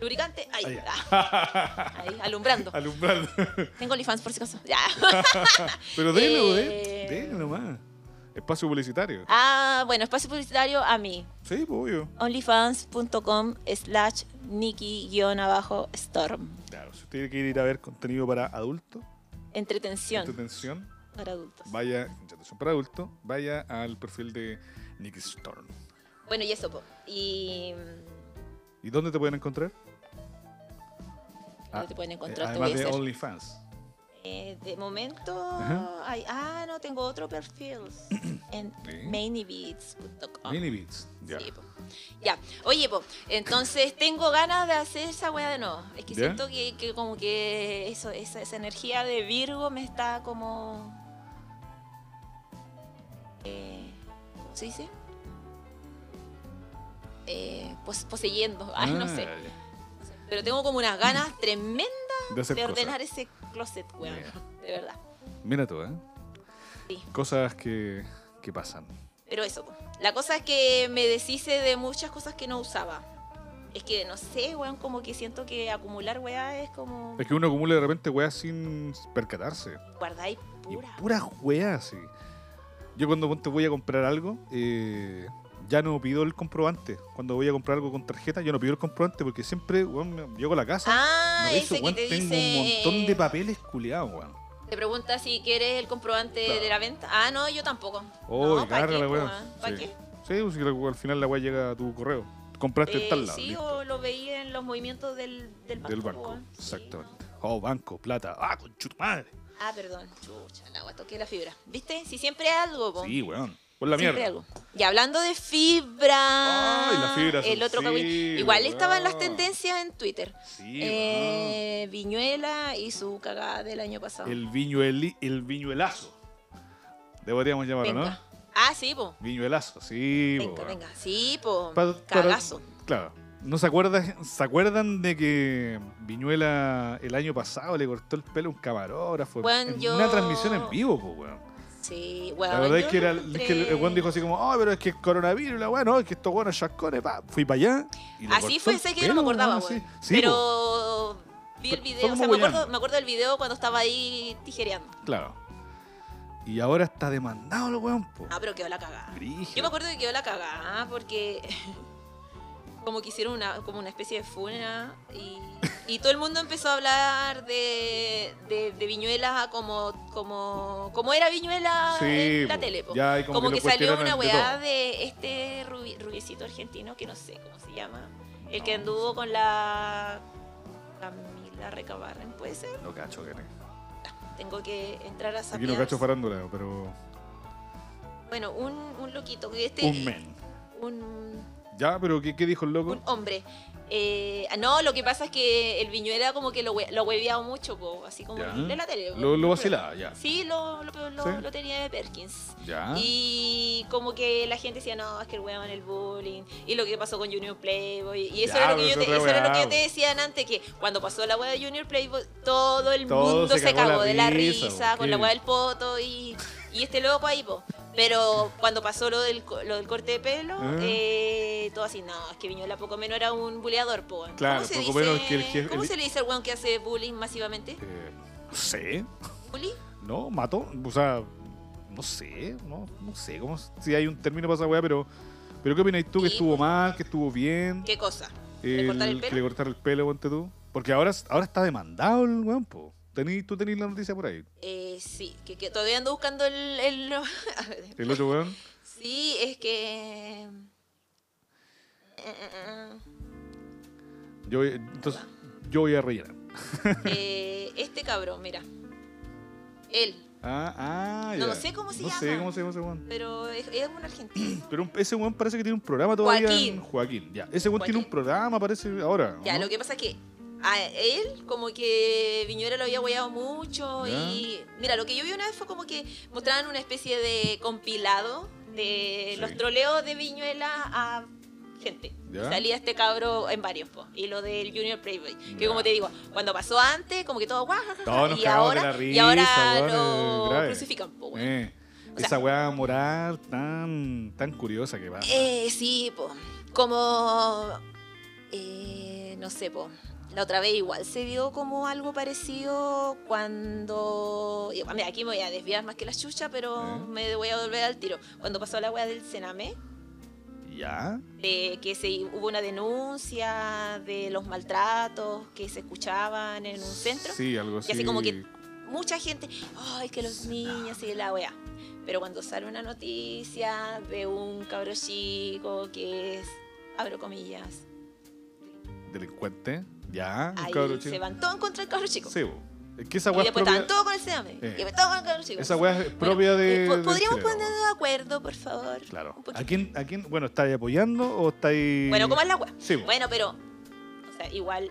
S2: Lubricante, ahí.
S1: Ahí.
S2: Ah. Ahí, alumbrando.
S1: Alumbrando.
S2: Tengo OnlyFans por si acaso. Ya.
S1: Pero délo,
S2: Eh.
S1: eh. Délo nomás. Espacio publicitario.
S2: Ah, bueno, espacio publicitario a mí.
S1: Sí, pues obvio.
S2: Onlyfans.com slash Nikki-Storm.
S1: Claro, si usted quiere ir a ver contenido para adultos,
S2: Entretención
S1: entretención,
S2: para adultos.
S1: vaya, entretención para adultos, vaya al perfil de Nick Storm.
S2: Bueno, y eso, po. Y. mm,
S1: ¿Y dónde te pueden encontrar?
S2: ¿dónde te pueden encontrar?
S1: eh,
S2: Te voy
S1: además
S2: a
S1: de
S2: hacer.
S1: OnlyFans.
S2: Eh, de momento.
S1: Ajá.
S2: ay, ah, no, tengo otro perfil. en
S1: Sí.
S2: mainybeats.com.
S1: Mini Beats. Ya.
S2: Ah. Sí, pues, po. Ya. Oye, po, entonces tengo ganas de hacer esa weá de nuevo. Es que
S1: ¿Ya?
S2: siento que, que como que eso, esa, esa energía de Virgo me está como. Eh, ¿Cómo se dice? Eh, pos- poseyendo. Ay, no sé.
S1: Ah,
S2: Pero tengo como unas ganas tremendas
S1: ya. De hacer
S2: de
S1: cosas.
S2: ordenar ese closet, weón.
S1: Mira.
S2: De verdad.
S1: Mira tú, ¿eh?
S2: Sí.
S1: Cosas que, que pasan.
S2: Pero eso, po. la cosa es que me deshice de muchas cosas que no usaba. Es que no sé, weón, como que siento que acumular weá es como
S1: Es que uno acumula de repente weas sin percatarse.
S2: guardar y
S1: Y
S2: pura.
S1: puras weas, sí. Yo cuando ponte, voy a comprar algo, eh, ya no pido el comprobante. Cuando voy a comprar algo con tarjeta, yo no pido el comprobante porque siempre, weón, me- llego a la casa.
S2: Ah,
S1: me reviso,
S2: ese que
S1: weón,
S2: te
S1: tengo
S2: dice.
S1: un montón de papeles culiados, weón.
S2: Te pregunta si quieres el comprobante
S1: Claro.
S2: de la venta. Ah, no, yo tampoco.
S1: Oh,
S2: no,
S1: y
S2: ¿para
S1: carga
S2: qué?
S1: la
S2: po,
S1: weá.
S2: weón? ¿Pa'
S1: Sí.
S2: qué?
S1: Sí, pues, creo que al final la wea llega a tu correo. Compraste en
S2: Eh,
S1: tal lado.
S2: sí,
S1: listo.
S2: o lo veía en los movimientos del, del banco.
S1: Del
S2: po,
S1: banco,
S2: weón. Sí,
S1: exactamente. Oh, banco, plata. Ah, con madre.
S2: no. Ah, perdón. Chucha, la agua, toqué la fibra. ¿Viste? Si siempre hay algo, po.
S1: Sí, weón. Por la
S2: Siempre
S1: mierda.
S2: algo. Y hablando de fibra,
S1: Ay, la fibra
S2: el otro
S1: sensible,
S2: cagüín. Igual estaban las
S1: weón.
S2: tendencias en Twitter.
S1: Sí,
S2: Eh, Viñuela y su cagada del año pasado.
S1: weón. El viñueli, el viñuelazo. Deberíamos llamarlo,
S2: venga.
S1: ¿no?
S2: Ah, sí, po.
S1: Viñuelazo, sí,
S2: Venga,
S1: weón.
S2: venga. Sí, po.
S1: Pa- para-
S2: Cagazo.
S1: Claro. ¿No se acuerdan, se acuerdan de que Viñuela el año pasado le cortó el pelo a un camarógrafo?
S2: Weón,
S1: en
S2: yo-
S1: Una transmisión en vivo, pues, weón.
S2: Sí, weón.
S1: La verdad es
S2: yo
S1: que,
S2: lo
S1: era, es que el- el
S2: encontré-
S1: weón dijo así como, oh, pero es que el coronavirus, la weón, no, es que estos buenos chascones, pa. Fui para allá. y le
S2: Así
S1: cortó
S2: fue,
S1: el
S2: sé que yo no me
S1: pelo,
S2: acordaba,
S1: así.
S2: weón.
S1: Sí, po,
S2: Pero vi el
S1: Fue- fue
S2: video.
S1: como
S2: O sea, me acuerdo,
S1: weyando.
S2: me acuerdo del video cuando estaba ahí tijereando.
S1: claro. Y ahora está demandado el weón, po.
S2: Ah, pero quedó la cagada.
S1: Brígido.
S2: Yo me acuerdo que quedó la cagada porque como que hicieron una, como una especie de funa y, y todo el mundo empezó a hablar de, de, de Viñuela como, como, como era Viñuela en la
S1: po.
S2: tele. po.
S1: Ya, y como,
S2: Como,
S1: lo
S2: que, salió
S1: cuestionan
S2: una
S1: de
S2: weá
S1: todo.
S2: de, este rubi- rubiecito argentino que no sé cómo se llama. El
S1: No.
S2: que anduvo con la Camila Recabarren, ¿puede ser?
S1: No cacho que
S2: Tengo que entrar a
S1: Aquí no
S2: saber.
S1: cacho farándula, pero.
S2: Bueno, un, un loquito. que Este,
S1: Un men.
S2: un-
S1: Ya, pero ¿qué, qué dijo el loco?
S2: un hombre. Eh, ah, no, lo que pasa es que el Viñuela como que lo, hue- lo hueveaba mucho, po, así como
S1: Ya.
S2: de la tele.
S1: Lo, lo vacilaba, ya.
S2: Sí, lo, lo, lo-
S1: Sí.
S2: lo tenía de Perkins.
S1: Ya.
S2: Y como que la gente decía, no, es que el weón el bullying, y lo que pasó con Junior Playboy. Y eso,
S1: Ya,
S2: era,
S1: pero
S2: lo que yo
S1: es
S2: te,
S1: otra
S2: eso era lo
S1: weá,
S2: que yo te
S1: po.
S2: decía antes, que cuando pasó la weá de Junior Playboy, todo el
S1: Todo
S2: mundo
S1: se
S2: se,
S1: cagó
S2: cagó,
S1: la
S2: de la
S1: risa,
S2: risa,
S1: po,
S2: con
S1: sí.
S2: la weá del poto y, y este loco ahí, po. Pero cuando pasó lo del, co- lo del corte de pelo,
S1: Ah.
S2: eh, todo así, no, es que Viñola poco menos era un buleador, po. ¿Cómo
S1: Claro,
S2: se
S1: poco
S2: dice-
S1: menos que el jefe-
S2: ¿Cómo
S1: el-
S2: se le dice al weón que hace bullying masivamente?
S1: Eh, no sé,
S2: ¿Bullying?
S1: ¿no? Mató. O sea, no sé, no, no sé cómo, si hay un término para esa weá, pero. Pero ¿qué opináis tú? ¿Que
S2: Sí,
S1: estuvo mal? ¿Que estuvo bien?
S2: ¿Qué cosa? ¿Le cortar el
S1: que
S2: pelo?
S1: le cortar el pelo, ponte tú. Porque ahora, ahora está demandado el weón, po. Tení, tú tenés la noticia por ahí.
S2: Eh, sí, que, que todavía ando buscando el... el- a ver,
S1: El otro weón.
S2: sí, es que... em, eh,
S1: Yo, voy- entonces, yo voy a rellenar.
S2: eh, este cabrón, mira. Él,
S1: Ah, ah,
S2: No
S1: ya.
S2: sé cómo se
S1: no sé
S2: llama.
S1: cómo se llama ese weón.
S2: pero es, es un argentino.
S1: Pero un- ese weón parece que tiene un programa todavía. en-
S2: Joaquín.
S1: Joaquín, ya. Ese weón tiene un
S2: Joaquín.
S1: programa, parece, ahora. ¿o
S2: Ya,
S1: no?
S2: lo que pasa es que a él, como que Viñuela lo había hueado mucho.
S1: Ya.
S2: Y mira, lo que yo vi una vez fue como que mostraban una especie de compilado de
S1: Sí.
S2: los troleos de Viñuela a gente.
S1: Ya.
S2: Y Salía este cabro en varios, po. Y lo del Junior Playboy. Que
S1: Ya.
S2: como te digo, cuando pasó antes, como que todo guau, ja, ja, ja,
S1: Todos nos
S2: y,
S1: cagamos de
S2: ahora,
S1: la
S2: y ahora
S1: risa, weón, es
S2: lo
S1: grave.
S2: crucifican, po, weón.
S1: Eh,
S2: O sea-
S1: esa weá moral tan, tan curiosa que va.
S2: Eh, sí, po. como, eh, no sé, po. la otra vez igual se vio como algo parecido cuando, igual, mira, aquí me voy a desviar más que la chucha, pero
S1: ¿Eh?
S2: me voy a volver al tiro. Cuando pasó la wea del Sename,
S1: Ya.
S2: de que se, hubo una denuncia de los maltratos que se escuchaban en un centro,
S1: Sí, algo así.
S2: así como que- mucha gente, ay, que los niños y la wea. Pero cuando sale una noticia de un cabro chico que es, abro comillas,
S1: Delincuente. Ya. un
S2: ahí
S1: cabro chico.
S2: se van todos contra el cabro chico.
S1: Sí, bo. Es que esa
S2: y
S1: weá es
S2: después
S1: propia,
S2: estaban todos con el sedame.
S1: Eh.
S2: Y después todos con el cabro chico.
S1: esa weá es
S2: Bueno,
S1: propia de.
S2: eh, po-
S1: del
S2: ¿Podríamos
S1: chileno,
S2: ponernos de acuerdo, por favor?
S1: Claro.
S2: Un poquito.
S1: ¿A quién, ¿A quién? Bueno, ¿estáis apoyando o estáis.?
S2: Bueno, ¿cómo es la wea?
S1: Sí, bo.
S2: Bueno, pero, o sea, igual,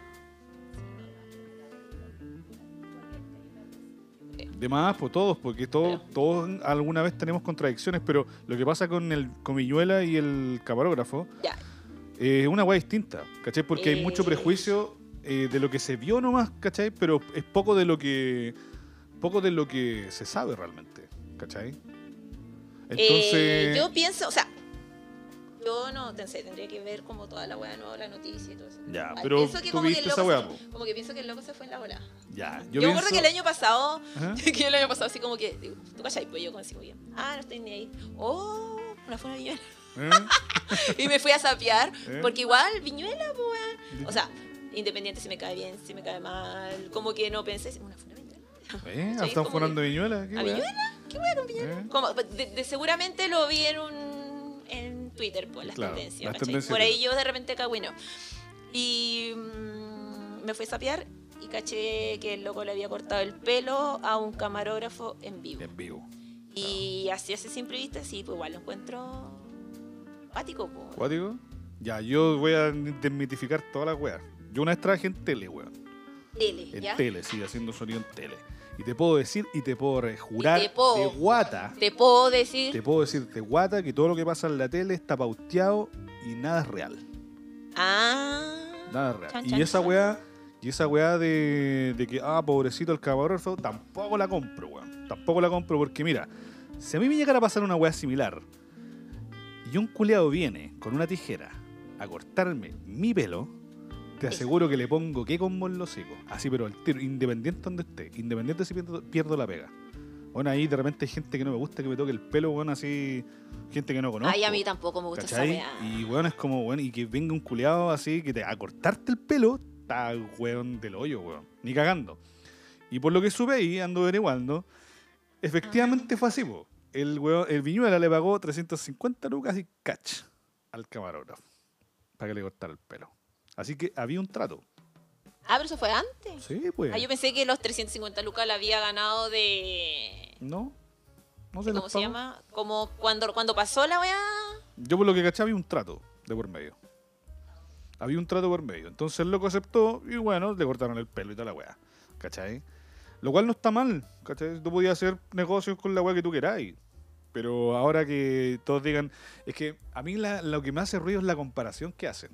S1: De más, pues todos, porque todos,
S2: Pero-
S1: todos alguna vez tenemos contradicciones, pero lo que pasa con el con Viñuela y el camarógrafo
S2: ya.
S1: eh, es una weá distinta, ¿cachai? Porque hay mucho
S2: Eh.
S1: prejuicio eh, de lo que se vio nomás, ¿cachai? Pero es poco de lo que poco de lo que se sabe realmente, ¿cachai? Entonces,
S2: Eh, yo pienso, o sea, yo no no sé, tendría que ver como toda la weá nueva, la noticia y todo eso.
S1: Ya,
S2: Igual,
S1: pero
S2: pienso
S1: tú
S2: que el
S1: viste esa
S2: loco
S1: weá,
S2: se-
S1: po.
S2: como que pienso que el loco se fue en la bola.
S1: ya, yo,
S2: Yo, me
S1: pienso- ¿Ah?
S2: acuerdo
S1: ¿eh?
S2: que el año pasado,
S1: Ajá.
S2: que el año pasado así como que, digo, tú cachai, pues yo consigo bien. Ah, no estoy ni ahí. Oh, una fue una viñuela.
S1: ¿Eh?
S2: y me fui a sapear,
S1: ¿Eh?
S2: porque igual, viñuela, pues weón. O sea, independiente si me cae bien, si me cae mal, como que no pensé, una fue una viñuela.
S1: ¿Eh?
S2: Sí,
S1: ¿Están
S2: como
S1: funando Viñuela? ¿Qué
S2: ¿A
S1: weá?
S2: Viñuela? ¿Qué weá con Viñuela?
S1: ¿Eh?
S2: Como, de, de- seguramente lo vi en un en Twitter, por las
S1: Claro,
S2: tendencias.
S1: las
S2: ¿cachai?
S1: tendencias
S2: por
S1: de-
S2: ahí yo de repente cagüino. Y mm, me fui a sapear y caché que el loco le había cortado el pelo a un camarógrafo en vivo.
S1: En vivo.
S2: Y así hace simple vista, sí, pues igual lo encuentro pático, pues.
S1: ¿Cuático? Ya, yo voy a desmitificar todas las weas. Yo una vez trabajé en tele, weón.
S2: Dele,
S1: En
S2: ¿ya?
S1: tele, sí, haciendo sonido en tele. Y te puedo decir y te puedo rejurar
S2: Y te puedo-
S1: de guata.
S2: Te puedo
S1: Te
S2: decir.
S1: puedo decir de guata que todo lo que pasa en la tele está pauteado y nada es real.
S2: Ah.
S1: Nada es real.
S2: Chan,
S1: y
S2: chan,
S1: esa
S2: chan.
S1: weá, y esa weá de, de que, ah, pobrecito el camarógrafo, tampoco la compro, weón. Tampoco la compro porque, mira, si a mí me llegara a pasar una weá similar y un culeado viene con una tijera a cortarme mi pelo, te
S2: Eso.
S1: aseguro que le pongo que combo en los hocico. Así, pero al tiro, independiente donde esté, independiente si pierdo, pierdo la pega. Bueno, ahí de repente hay gente que no me gusta que me toque el pelo, bueno, así, gente que no conozco.
S2: Ay, a mí tampoco me gusta
S1: ¿Cachai?
S2: esa weá.
S1: Y weón es como, weón, y que venga un culeado así que te a cortarte el pelo, está weón del hoyo, weón. Ni cagando. Y por lo que supe ahí, ando averiguando, efectivamente fue así, po. El, weón, el Viñuela le pagó 350 lucas y catch al camarógrafo para que le cortara el pelo. Así que había un trato.
S2: Ah, pero eso fue antes.
S1: Sí, pues.
S2: Ah, yo pensé que los 350 lucas la había ganado de.
S1: No, no se
S2: ¿Cómo
S1: las
S2: se
S1: pagó.
S2: llama? Como cuando, cuando pasó la weá.
S1: Yo por lo que caché había un trato de por medio. Había un trato por medio. Entonces el loco aceptó y bueno, le cortaron el pelo y toda la weá. ¿Cachai? Lo cual no está mal, ¿cachai? Tú podías hacer negocios con la weá que tú queráis. Pero ahora que todos digan, es que a mí la- lo que me hace ruido es la comparación que hacen.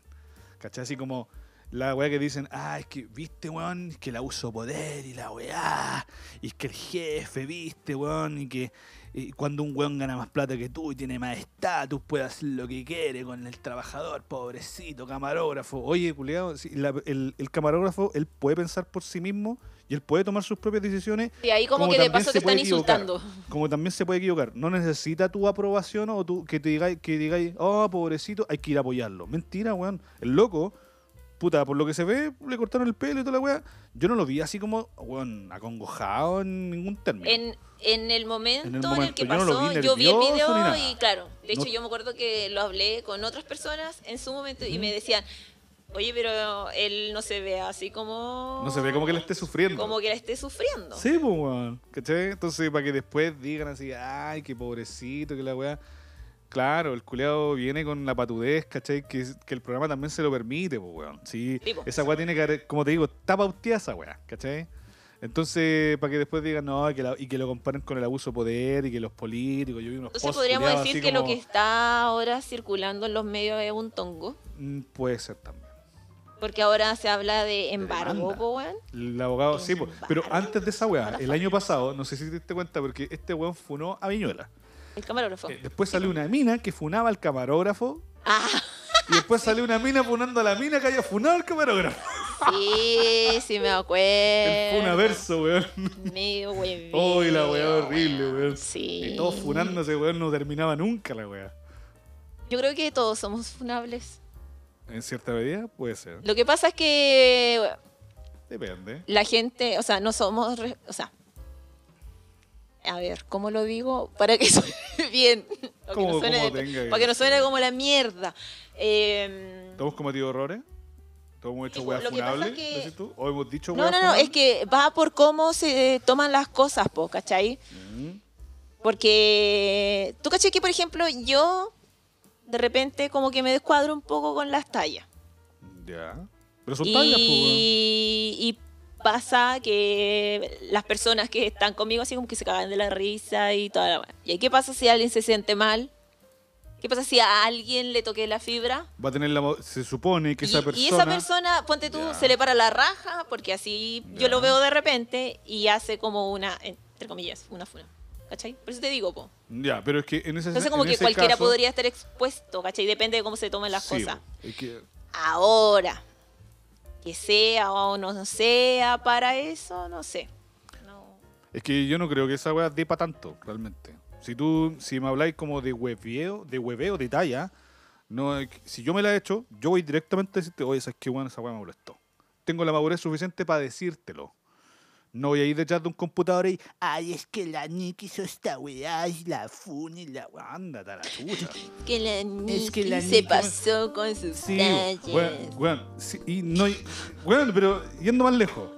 S1: ¿Cachai? Así como la weá que dicen, ah, es que, viste, weón, es que la uso poder y la weá. Y es que el jefe, viste, weón, y que y cuando un weón gana más plata que tú y tiene más estatus, puede hacer lo que quiere con el trabajador, pobrecito, camarógrafo. Oye, culiado, el, el camarógrafo, él puede pensar por sí mismo y él puede tomar sus propias decisiones
S2: Y ahí como,
S1: Como
S2: que de
S1: también
S2: paso
S1: se
S2: te
S1: puede
S2: están
S1: equivocar.
S2: insultando.
S1: como también se puede equivocar. No necesita tu aprobación o tu, que te digáis, que digáis, oh, pobrecito, hay que ir a apoyarlo. Mentira, weón. El loco puta, por lo que se ve, le cortaron el pelo y toda la weá. Yo no lo vi así como, weón, acongojado en ningún término.
S2: En, en el momento en el,
S1: momento,
S2: que
S1: yo no
S2: pasó,
S1: lo vi
S2: yo vi el
S1: nervioso ni
S2: video
S1: nada.
S2: y claro, de hecho
S1: No-
S2: yo me acuerdo que lo hablé con otras personas en su momento y me decían, oye, pero él no se ve así como...
S1: No se ve como que la esté sufriendo.
S2: Como que la esté sufriendo.
S1: Sí, pues, weón. ¿Cachai? Entonces, para que después digan así, ay, qué pobrecito, que la weá. Claro, el culeado viene con la patudez, ¿cachai? Que, que el programa también se lo permite, pues, weón. Sí,
S2: Sí, po.
S1: esa weá tiene que haber, como te digo, está pauteada esa weá, ¿cachai? Entonces, para que después digan, no, y que, la- y que lo comparen con el abuso de poder y que los políticos, yo vi unos
S2: Entonces
S1: posts
S2: podríamos
S1: culiados
S2: decir
S1: así
S2: que lo
S1: como-
S2: que está ahora circulando en los medios es un tongo,
S1: Mm, Puede ser también.
S2: porque ahora se habla de embargo,
S1: demanda.
S2: po, weón.
S1: El abogado, sí, po. pero
S2: Barra.
S1: antes de esa weá, el año pasado, no sé si te diste cuenta, porque este weón funó a Viñuela.
S2: El camarógrafo.
S1: Eh, Después salió una mina que funaba al camarógrafo.
S2: Ah,
S1: Y después salió una mina funando a la mina que haya funado al camarógrafo.
S2: sí, sí me
S1: El
S2: acuerdo.
S1: funaverso, weón.
S2: Medio hueveo.
S1: Uy, la weá horrible, weón.
S2: Sí.
S1: Y todos funándose, weón, no terminaba nunca la weá.
S2: Yo creo que todos somos funables.
S1: En cierta medida puede ser.
S2: Lo que pasa es que
S1: Depende.
S2: la gente, o sea, no somos, re- o sea, a ver, ¿cómo lo digo? Para que suene bien, o que
S1: Como-
S2: no suene
S1: como
S2: de-
S1: tenga que-
S2: para que no suene como la mierda. Eh,
S1: ¿Todos hemos cometido errores? ¿Todos hemos hecho
S2: Sí,
S1: weá
S2: lo que pasa
S1: funable?
S2: que-
S1: decís tú? ¿O hemos dicho
S2: no,
S1: weá
S2: no, no,
S1: funable?
S2: es que va por cómo se toman las cosas, po, ¿cachai?
S1: Mm,
S2: Porque tú caché que, por ejemplo, yo de repente como que me descuadro un poco con las tallas.
S1: Ya. Pero son
S2: y,
S1: tallas, pues, weón.
S2: y pasa que las personas que están conmigo así como que se cagan de la risa y toda la... wea. ¿Y ahí qué pasa si alguien se siente mal? ¿Qué pasa si a alguien le toqué la fibra?
S1: Va a tener la. mo- Se supone que
S2: y,
S1: esa
S2: y
S1: persona.
S2: esa persona, ponte tú,
S1: Ya.
S2: se le para la raja, porque así
S1: Ya.
S2: yo lo veo de repente y hace como una, entre comillas, una funa. ¿Cachai? Por eso te digo, po.
S1: Ya, pero es que en ese
S2: Entonces como
S1: en
S2: que
S1: ese
S2: cualquiera
S1: caso-
S2: podría estar expuesto, ¿cachai? Depende de cómo se tomen las
S1: Sí,
S2: cosas.
S1: es que-
S2: Ahora, que sea o no sea para eso, no sé. No.
S1: Es que yo no creo que esa weá dé para tanto, realmente. Si tú, si me habláis como de hueveo, de hueveo, de talla, no, es que- si yo me la he hecho, yo voy directamente a decirte, oye, ¿sabes qué weón? Esa weá me molestó. Tengo la madurez suficiente para decírtelo. No voy a ir detrás de un computador y,
S3: Ay, es que la Nick hizo esta weá y la fun y la
S1: ándate a la chucha.
S2: Que la Niki
S3: que la
S2: se
S3: Niki-
S2: pasó con sus
S1: Sí,
S2: tallas.
S1: weón, weón, sí, y no, y- weón, pero yendo más lejos,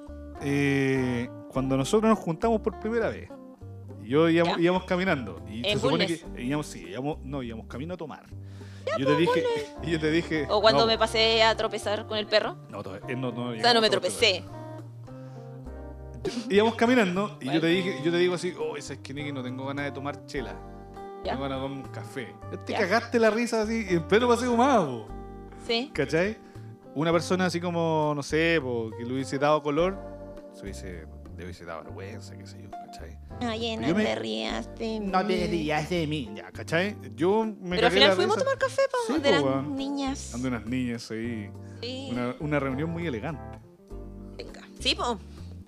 S1: eh, cuando nosotros nos juntamos por primera vez, yo íbamos,
S2: Ya.
S1: íbamos caminando y se
S2: En
S1: supone
S2: Bulnes. pues,
S1: que íbamos, sí, íbamos, no, íbamos camino a tomar. Y yo te dije, y yo te dije,
S2: O cuando
S1: no,
S2: me pasé a tropezar con el perro.
S1: no, todavía- eh, no, no,
S2: O sea, no me
S1: llegamos a tomar.
S2: tropecé.
S1: Íbamos caminando y yo
S2: Bueno.
S1: te dije, yo te digo así, oh, esa esquina que no tengo ganas de tomar chela,
S2: Ya.
S1: tengo ganas de tomar un café. Te
S2: Ya.
S1: cagaste la risa así en pleno paseo humado.
S2: Sí.
S1: ¿Cachai? Una persona así como, no sé, po, que le hubiese dado color, se hubiese, le hubiese dado vergüenza, qué sé yo, ¿cachai?
S2: Ay,
S1: Yo
S2: no
S1: me-
S2: te rías de
S3: No
S2: mí.
S3: te rías de mí.
S1: Ya, ¿cachai? Yo me
S2: Pero al
S1: cagué
S2: final
S1: la
S2: fuimos a
S1: risa.
S2: tomar café po,
S1: Sí,
S2: de
S1: po,
S2: las
S1: weón.
S2: niñas.
S1: Ando unas niñas ahí.
S2: Sí.
S1: Una, una reunión muy elegante.
S2: Venga. Sí, po.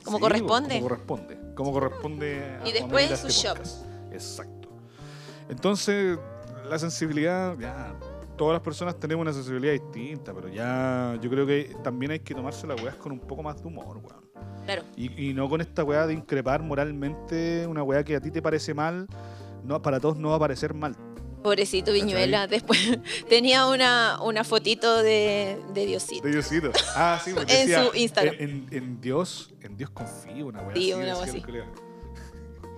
S2: Como
S1: Sí,
S2: corresponde.
S1: Como corresponde. Como corresponde a
S2: Y después
S1: Juanita
S2: su
S1: este
S2: shop.
S1: podcast. Exacto. Entonces, la sensibilidad, ya. Todas las personas tenemos una sensibilidad distinta, pero ya yo creo que también hay que tomarse las weas con un poco más de humor, weón.
S2: Claro.
S1: Y, y no con esta weá de increpar moralmente una weá que a ti te parece mal, no, para todos no va a parecer mal.
S2: Pobrecito Viñuela. Después tenía una, una fotito de, de Diosito.
S1: De Diosito. Ah, sí, porque
S2: En
S1: decía,
S2: su Instagram.
S1: En, en- en Dios, en Dios confío, una weá.
S2: Sí,
S1: así,
S2: una weá
S1: decía el
S2: así.
S1: colega.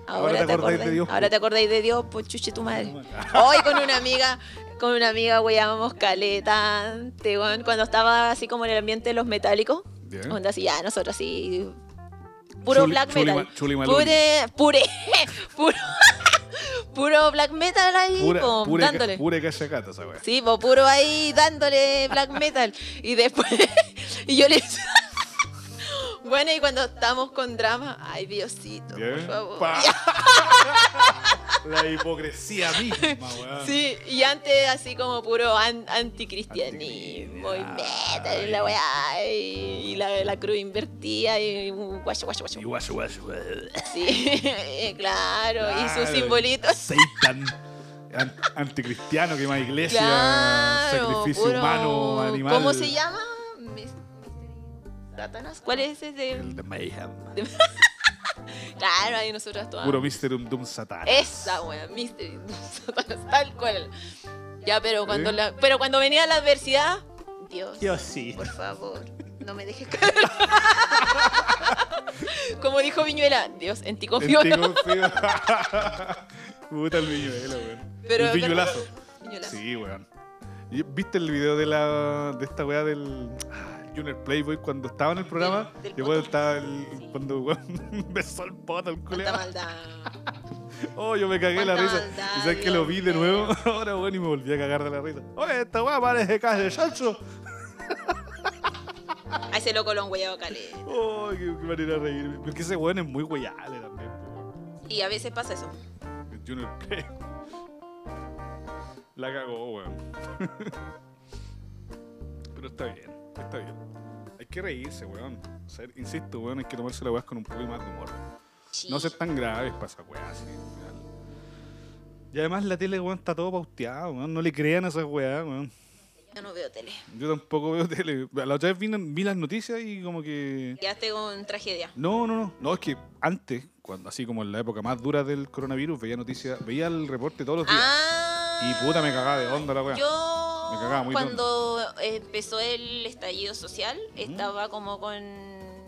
S2: Ahora, te acordáis de Dios. Ahora
S1: po.
S2: te acordáis de Dios, pues chuche tu madre.
S1: Ah,
S2: Hoy con una amiga, con una amiga weyábamos caletante, weón, cuando estaba así como en el ambiente de los metálicos.
S1: Bien.
S2: Onda así, ya, nosotros así. Puro
S1: ¿Eh? Chuli-
S2: black
S1: chuli
S2: metal.
S1: ma- chuli maluli.
S2: Pure, pure, puro, puro black metal ahí,
S1: Pura,
S2: po,
S1: pura, ca-
S2: dándole.
S1: pura cachacata esa weá.
S2: Sí, po, puro ahí dándole black metal. Y después, y yo le Bueno, y cuando estamos con drama, ay Diosito, por
S1: Bien.
S2: favor.
S1: Pa. La hipocresía misma, weón.
S2: Sí, y antes así como puro an- anticristianismo y
S1: Anticristianismo.
S2: metal y la weá y, y la, la cruz invertida y un guacho, guacho, guacho.
S1: Y guacho, guacho, guacho.
S2: Sí, claro, y sus
S1: Claro,
S2: simbolitos.
S1: Satan. An- anticristiano que más iglesia.
S2: Claro,
S1: sacrificio
S2: puro-
S1: humano, animal.
S2: ¿Cómo se llama? Mis- Katanas. ¿Cuál es ese? De...
S1: El de Mayhem.
S2: Claro, ahí nosotras todas.
S1: Puro Mysterium Doom Satan.
S2: Esa, wea, Mystery Satanas, tal cual. Ya, pero cuando,
S1: ¿Eh?
S2: la, pero cuando venía la adversidad, Dios,
S3: Yo sí.
S2: por favor, no me dejes caer. Como dijo Viñuela, Dios, en ti confío.
S1: El Tico Fío. Puta el viñuelo, weón.
S2: Pero-
S1: el viñuelazo.
S2: Viñuelazo.
S1: Sí, weón. ¿Y ¿Viste el video de la de esta weá del ah, Junior Playboy cuando estaba en el programa?
S2: Del- del
S1: Después
S2: poto.
S1: estaba el,
S2: Sí.
S1: cuando weón, besó el poto al
S2: Cuánta
S1: culeado.
S2: maldad.
S1: Oh, yo me cagué la
S2: cuánta
S1: risa.
S2: maldad,
S1: Y sabes que
S2: Dios
S1: lo vi de
S2: mío.
S1: nuevo ahora, weón, y me volví a cagar de la risa. Oye, esta weá parece calle de chancho.
S2: A ese loco lo han huellado caleta.
S1: Oh, qué, qué manera de reírme. Porque ese weón es muy weyale también, weón.
S2: Y a veces pasa eso.
S1: El Junior Playboy. La cagó, weón. Pero está bien, está bien. Hay que reírse, weón. O sea, insisto, weón, hay que tomarse la weá con un poco más de humor.
S2: Sí.
S1: No ser tan graves para esas weas, sí, al final. Y además la tele, weón, está todo pausteado, weón. No le crean a esas weas, weón.
S2: Yo no veo tele.
S1: Yo tampoco veo tele. La otra vez vi, vi las noticias y como que...
S2: Quedaste con tragedia.
S1: No, no, no. No, es que antes, cuando así como en la época más dura del coronavirus, veía noticias, veía el reporte todos los días.
S2: Ah.
S1: Y puta, me cagaba de onda la weá.
S2: Yo,
S1: Me cagaba muy de
S2: cuando empezó el estallido social, estaba como con. no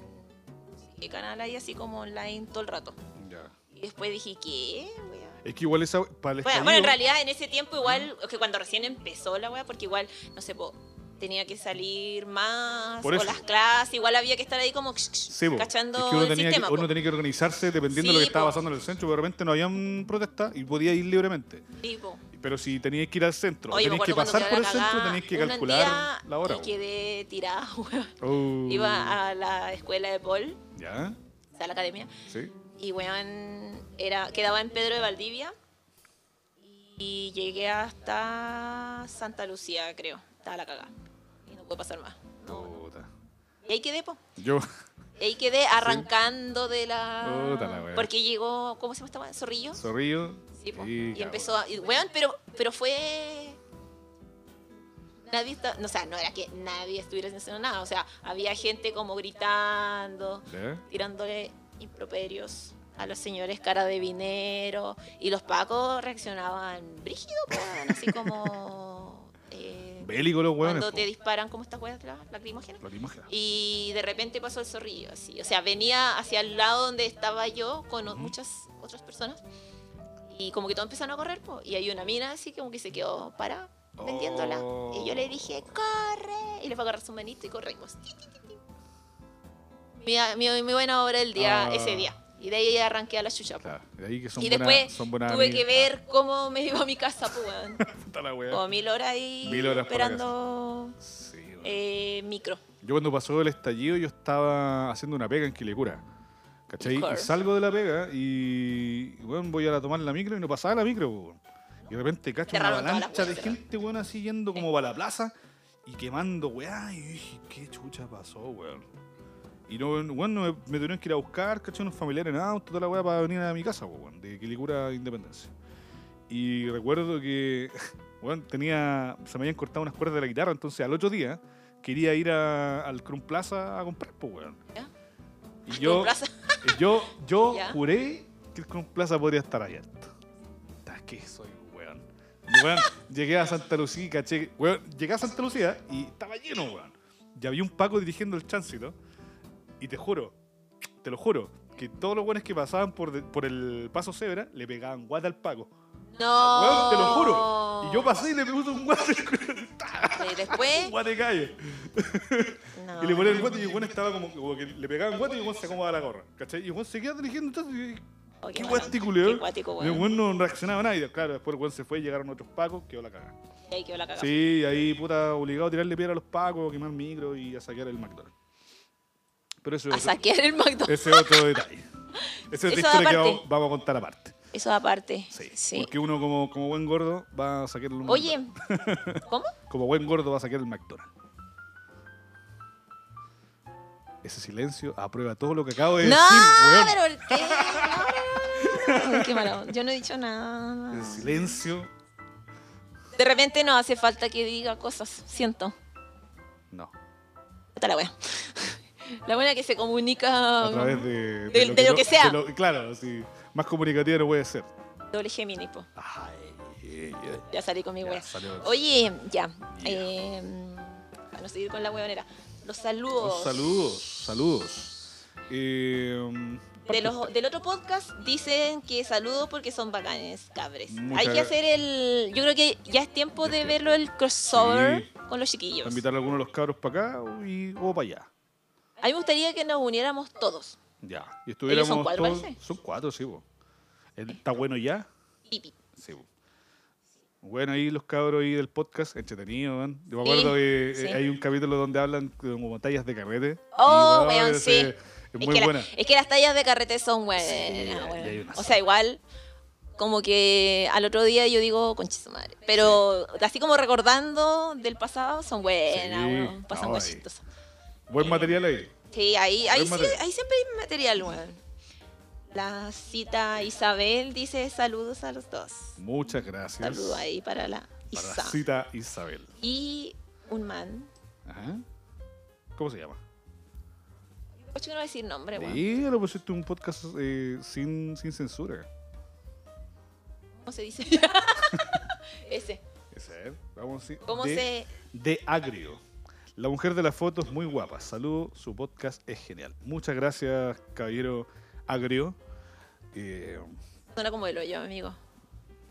S2: sé ¿Qué canal hay así como online todo el rato?
S1: Ya.
S2: Y después dije, ¿qué? wea?
S1: Es que igual esa para el
S2: Bueno,
S1: estallido,
S2: bueno, en realidad en ese tiempo igual, que cuando recién empezó la wea, porque igual, no sé, po, tenía que salir más,
S1: Por
S2: o
S1: eso.
S2: las clases, igual había que estar ahí como
S1: sí, po.
S2: cachando
S1: Es que uno
S2: el
S1: tenía,
S2: sistema.
S1: que, uno
S2: po.
S1: tenía que organizarse dependiendo de lo que
S2: Sí,
S1: estaba
S2: po.
S1: pasando en el centro, pero de repente no habían protestas y podía ir libremente.
S2: Sí, po.
S1: Pero si tenías que ir al centro, o
S2: Oye, me
S1: tenías que
S2: acuerdo
S1: pasar
S2: cuando quedó
S1: por el
S2: la
S1: centro,
S2: cagá,
S1: tenías que
S2: un
S1: calcular
S2: día
S1: la hora.
S2: Y
S1: po.
S2: quedé tirada,
S1: Oh.
S2: weón. Iba a la escuela de Paul,
S1: ¿Ya?
S2: o sea, a la academia,
S1: ¿Sí?
S2: y weón, era, quedaba en Pedro de Valdivia. Y llegué hasta Santa Lucía, creo. Estaba la cagada. Y no pude pasar más.
S1: Puta.
S2: Y ahí quedé, po.
S1: Yo...
S2: Y ahí quedé arrancando de la.
S1: Puta la wea.
S2: Porque llegó, ¿cómo se llama esta weá? ¿Zorrillo?
S1: Zorrillo.
S2: Sí, po.
S1: y
S2: Y
S1: cagó.
S2: empezó a. y, Weón, pero, pero fue. Nadie estaba- no, o sea, no era que nadie estuviera haciendo nada. O sea, había gente como gritando,
S1: ¿Ya?
S2: tirándole improperios a los señores cara de vinero. Y los pacos reaccionaban brígido, po, weón, así como. eh,
S1: Bélico los hueones.
S2: cuando te disparan como estas weas la- lacrimógenas.
S1: La lacrimógena.
S2: Y de repente pasó el zorrillo, así. O sea, venía hacia el lado donde estaba yo con o- muchas otras personas. Y como que todos empezaron a correr, po, y hay una mina así como que se quedó parada vendiéndola. Y yo le dije, corre. Y le fue a agarrar su manito y corrimos. Ti, ti, ti, ti. Mi, mi- mi buena obra del día,
S1: Ah.
S2: ese día. Y de ahí arranqué a la chucha. po.
S1: Claro, de ahí que son
S2: y
S1: buenas-
S2: después
S1: son buenas
S2: tuve que
S1: amigas.
S2: ver cómo me iba a mi casa, po, weón.
S1: Ah, puta la wea.
S2: Como mil horas ahí
S1: Mil horas para
S2: esperando
S1: Sí, weón.
S2: eh, micro.
S1: Yo cuando pasó el estallido yo estaba haciendo una pega en Quilicura. ¿Cachai?
S2: Of
S1: Y
S2: course.
S1: salgo de la pega y bueno, voy a tomar la micro y no pasaba la micro. weón. Y de repente cacho una
S2: Cerraron todas las
S1: avalancha de
S2: puertas.
S1: gente weón, así yendo como para la plaza y quemando weá. Y yo dije, ¿qué chucha pasó, weón? Y no, bueno, me, me tuvieron que ir a buscar, ¿cachai? Unos familiares en auto, toda la weá para venir a mi casa, weón, de Quilicura a Independencia. Y recuerdo que, weón, tenía, se me habían cortado unas cuerdas de la guitarra, entonces al otro día quería ir a- al Crown Plaza a comprar, pues, weón.
S2: ¿Ya?
S1: Y
S2: Yo,
S1: yo, y yo, yo
S2: ¿Ya?
S1: juré que el Crown Plaza podría estar abierto. Puta, ¿Qué soy, weón? Y, weón, llegué a Santa Lucía y caché, weón, llegué a Santa Lucía y estaba lleno, weón. Y había un Paco dirigiendo el tránsito. Y te juro, te lo juro, que todos los weones que pasaban por, de- por el paso cebra le pegaban guata al Paco.
S2: No.
S1: Weón, te lo juro. Y yo pasé y le puse un guate,
S2: Y después.
S1: un guate calle.
S2: No.
S1: Y le ponía el guate y el weón estaba como, como que le pegaban guate y el weón se acomodaba la gorra. ¿Cachai? Y el weón seguía dirigiendo entonces. y-
S2: Oh,
S1: Qué
S2: bueno.
S1: guático,
S2: Qué
S1: weón.
S2: guático,
S1: Y el
S2: weón.
S1: weón no reaccionaba a nadie. Claro, después el weón se fue, llegaron otros pacos, quedó la cagada.
S2: Y ahí quedó la cagada.
S1: Sí, y ahí puta, obligado a tirarle piedra a los pacos, quemar micro y a saquear el McDonald's. Pero eso
S2: A
S1: es otro,
S2: saquear el McDonald's.
S1: ese otro detalle. Ese es
S2: Eso
S1: otra historia que
S2: aparte.
S1: vamos, vamos a contar aparte.
S2: Eso aparte.
S1: Sí,
S2: Sí.
S1: Porque uno como, como buen gordo va a saquear el
S2: Oye, ¿cómo?
S1: Como buen gordo va a saquear el McDonald's. Ese silencio aprueba todo lo que acabo de
S2: no,
S1: decir, weón.
S2: pero el qué. No, no, no, no. Qué mala onda. Yo no he dicho nada.
S1: El silencio.
S2: De repente no hace falta que diga cosas. Siento.
S1: No.
S2: Puta la wea. La buena que se comunica
S1: a través de,
S2: de- de lo que sea.
S1: claro, sí, más comunicativa no puede ser.
S2: doble Gemini, po.
S1: Ay, eh, ay, ay,
S2: Ya salí con mi
S1: ya
S2: wea.
S1: salió.
S2: Oye, ya.
S1: Ya.
S2: eh, para no seguir con la huevonera. Los
S1: Los
S2: saludos.
S1: Saludos, saludos. Eh,
S2: De los- del otro podcast dicen que saludo porque son bacanes, cabres.
S1: Muchas
S2: Hay que
S1: gra-
S2: hacer el. Yo creo que ya es tiempo
S1: Ya
S2: de
S1: es
S2: verlo el crossover
S1: Sí.
S2: con los chiquillos.
S1: invitar a alguno de los cabros para acá o- y, o para allá.
S2: A mí me gustaría que nos uniéramos todos.
S1: Ya. Y estuviéramos
S2: son cuatro,
S1: todos-
S2: parece.
S1: Son cuatro, sí, vos. Eh, ¿Está bueno ya?
S2: Pipi.
S1: Sí, po. Bueno, ahí los cabros ahí del podcast, entretenido, man. Yo me
S2: Sí,
S1: acuerdo que eh,
S2: sí.
S1: hay un capítulo donde hablan como batallas de carrete.
S2: Oh,
S1: Y,
S2: weón,
S1: ese-
S2: sí.
S1: Es
S2: Es
S1: muy
S2: que, la-
S1: buena.
S2: es que las tallas de carrete son buenas.
S1: Sí,
S2: buenas.
S1: y hay unas-
S2: o sea, igual, como que al otro día yo digo, conche su madre. Pero así como recordando del pasado, son buenas,
S1: Sí,
S2: weón. Pasan
S1: no,
S2: cosas
S1: ahí.
S2: chistosas. eh,
S1: Buen material ahí.
S2: Sí, ahí, ahí,
S1: Buen
S2: sí-
S1: material.
S2: ahí siempre hay material, weón. La cita Isabel dice saludos a los dos.
S1: Muchas gracias.
S2: Saludo ahí para la
S1: Para
S2: Isa.
S1: la cita Isabel.
S2: Y un man.
S1: Ajá. ¿Cómo se llama?
S2: Ocho, no voy a decir nombre, weón.
S1: Dígalo, pues este es un podcast eh, sin, sin censura.
S2: ¿Cómo se dice? Ese.
S1: Ese, ¿eh? Vamos sí.
S2: ¿Cómo
S1: de,
S2: se.?
S1: de Agrio. La mujer de las fotos muy guapa. Saludo, su podcast es genial. Muchas gracias, caballero Agrio. Eh,
S2: Suena como el hoyo, amigo.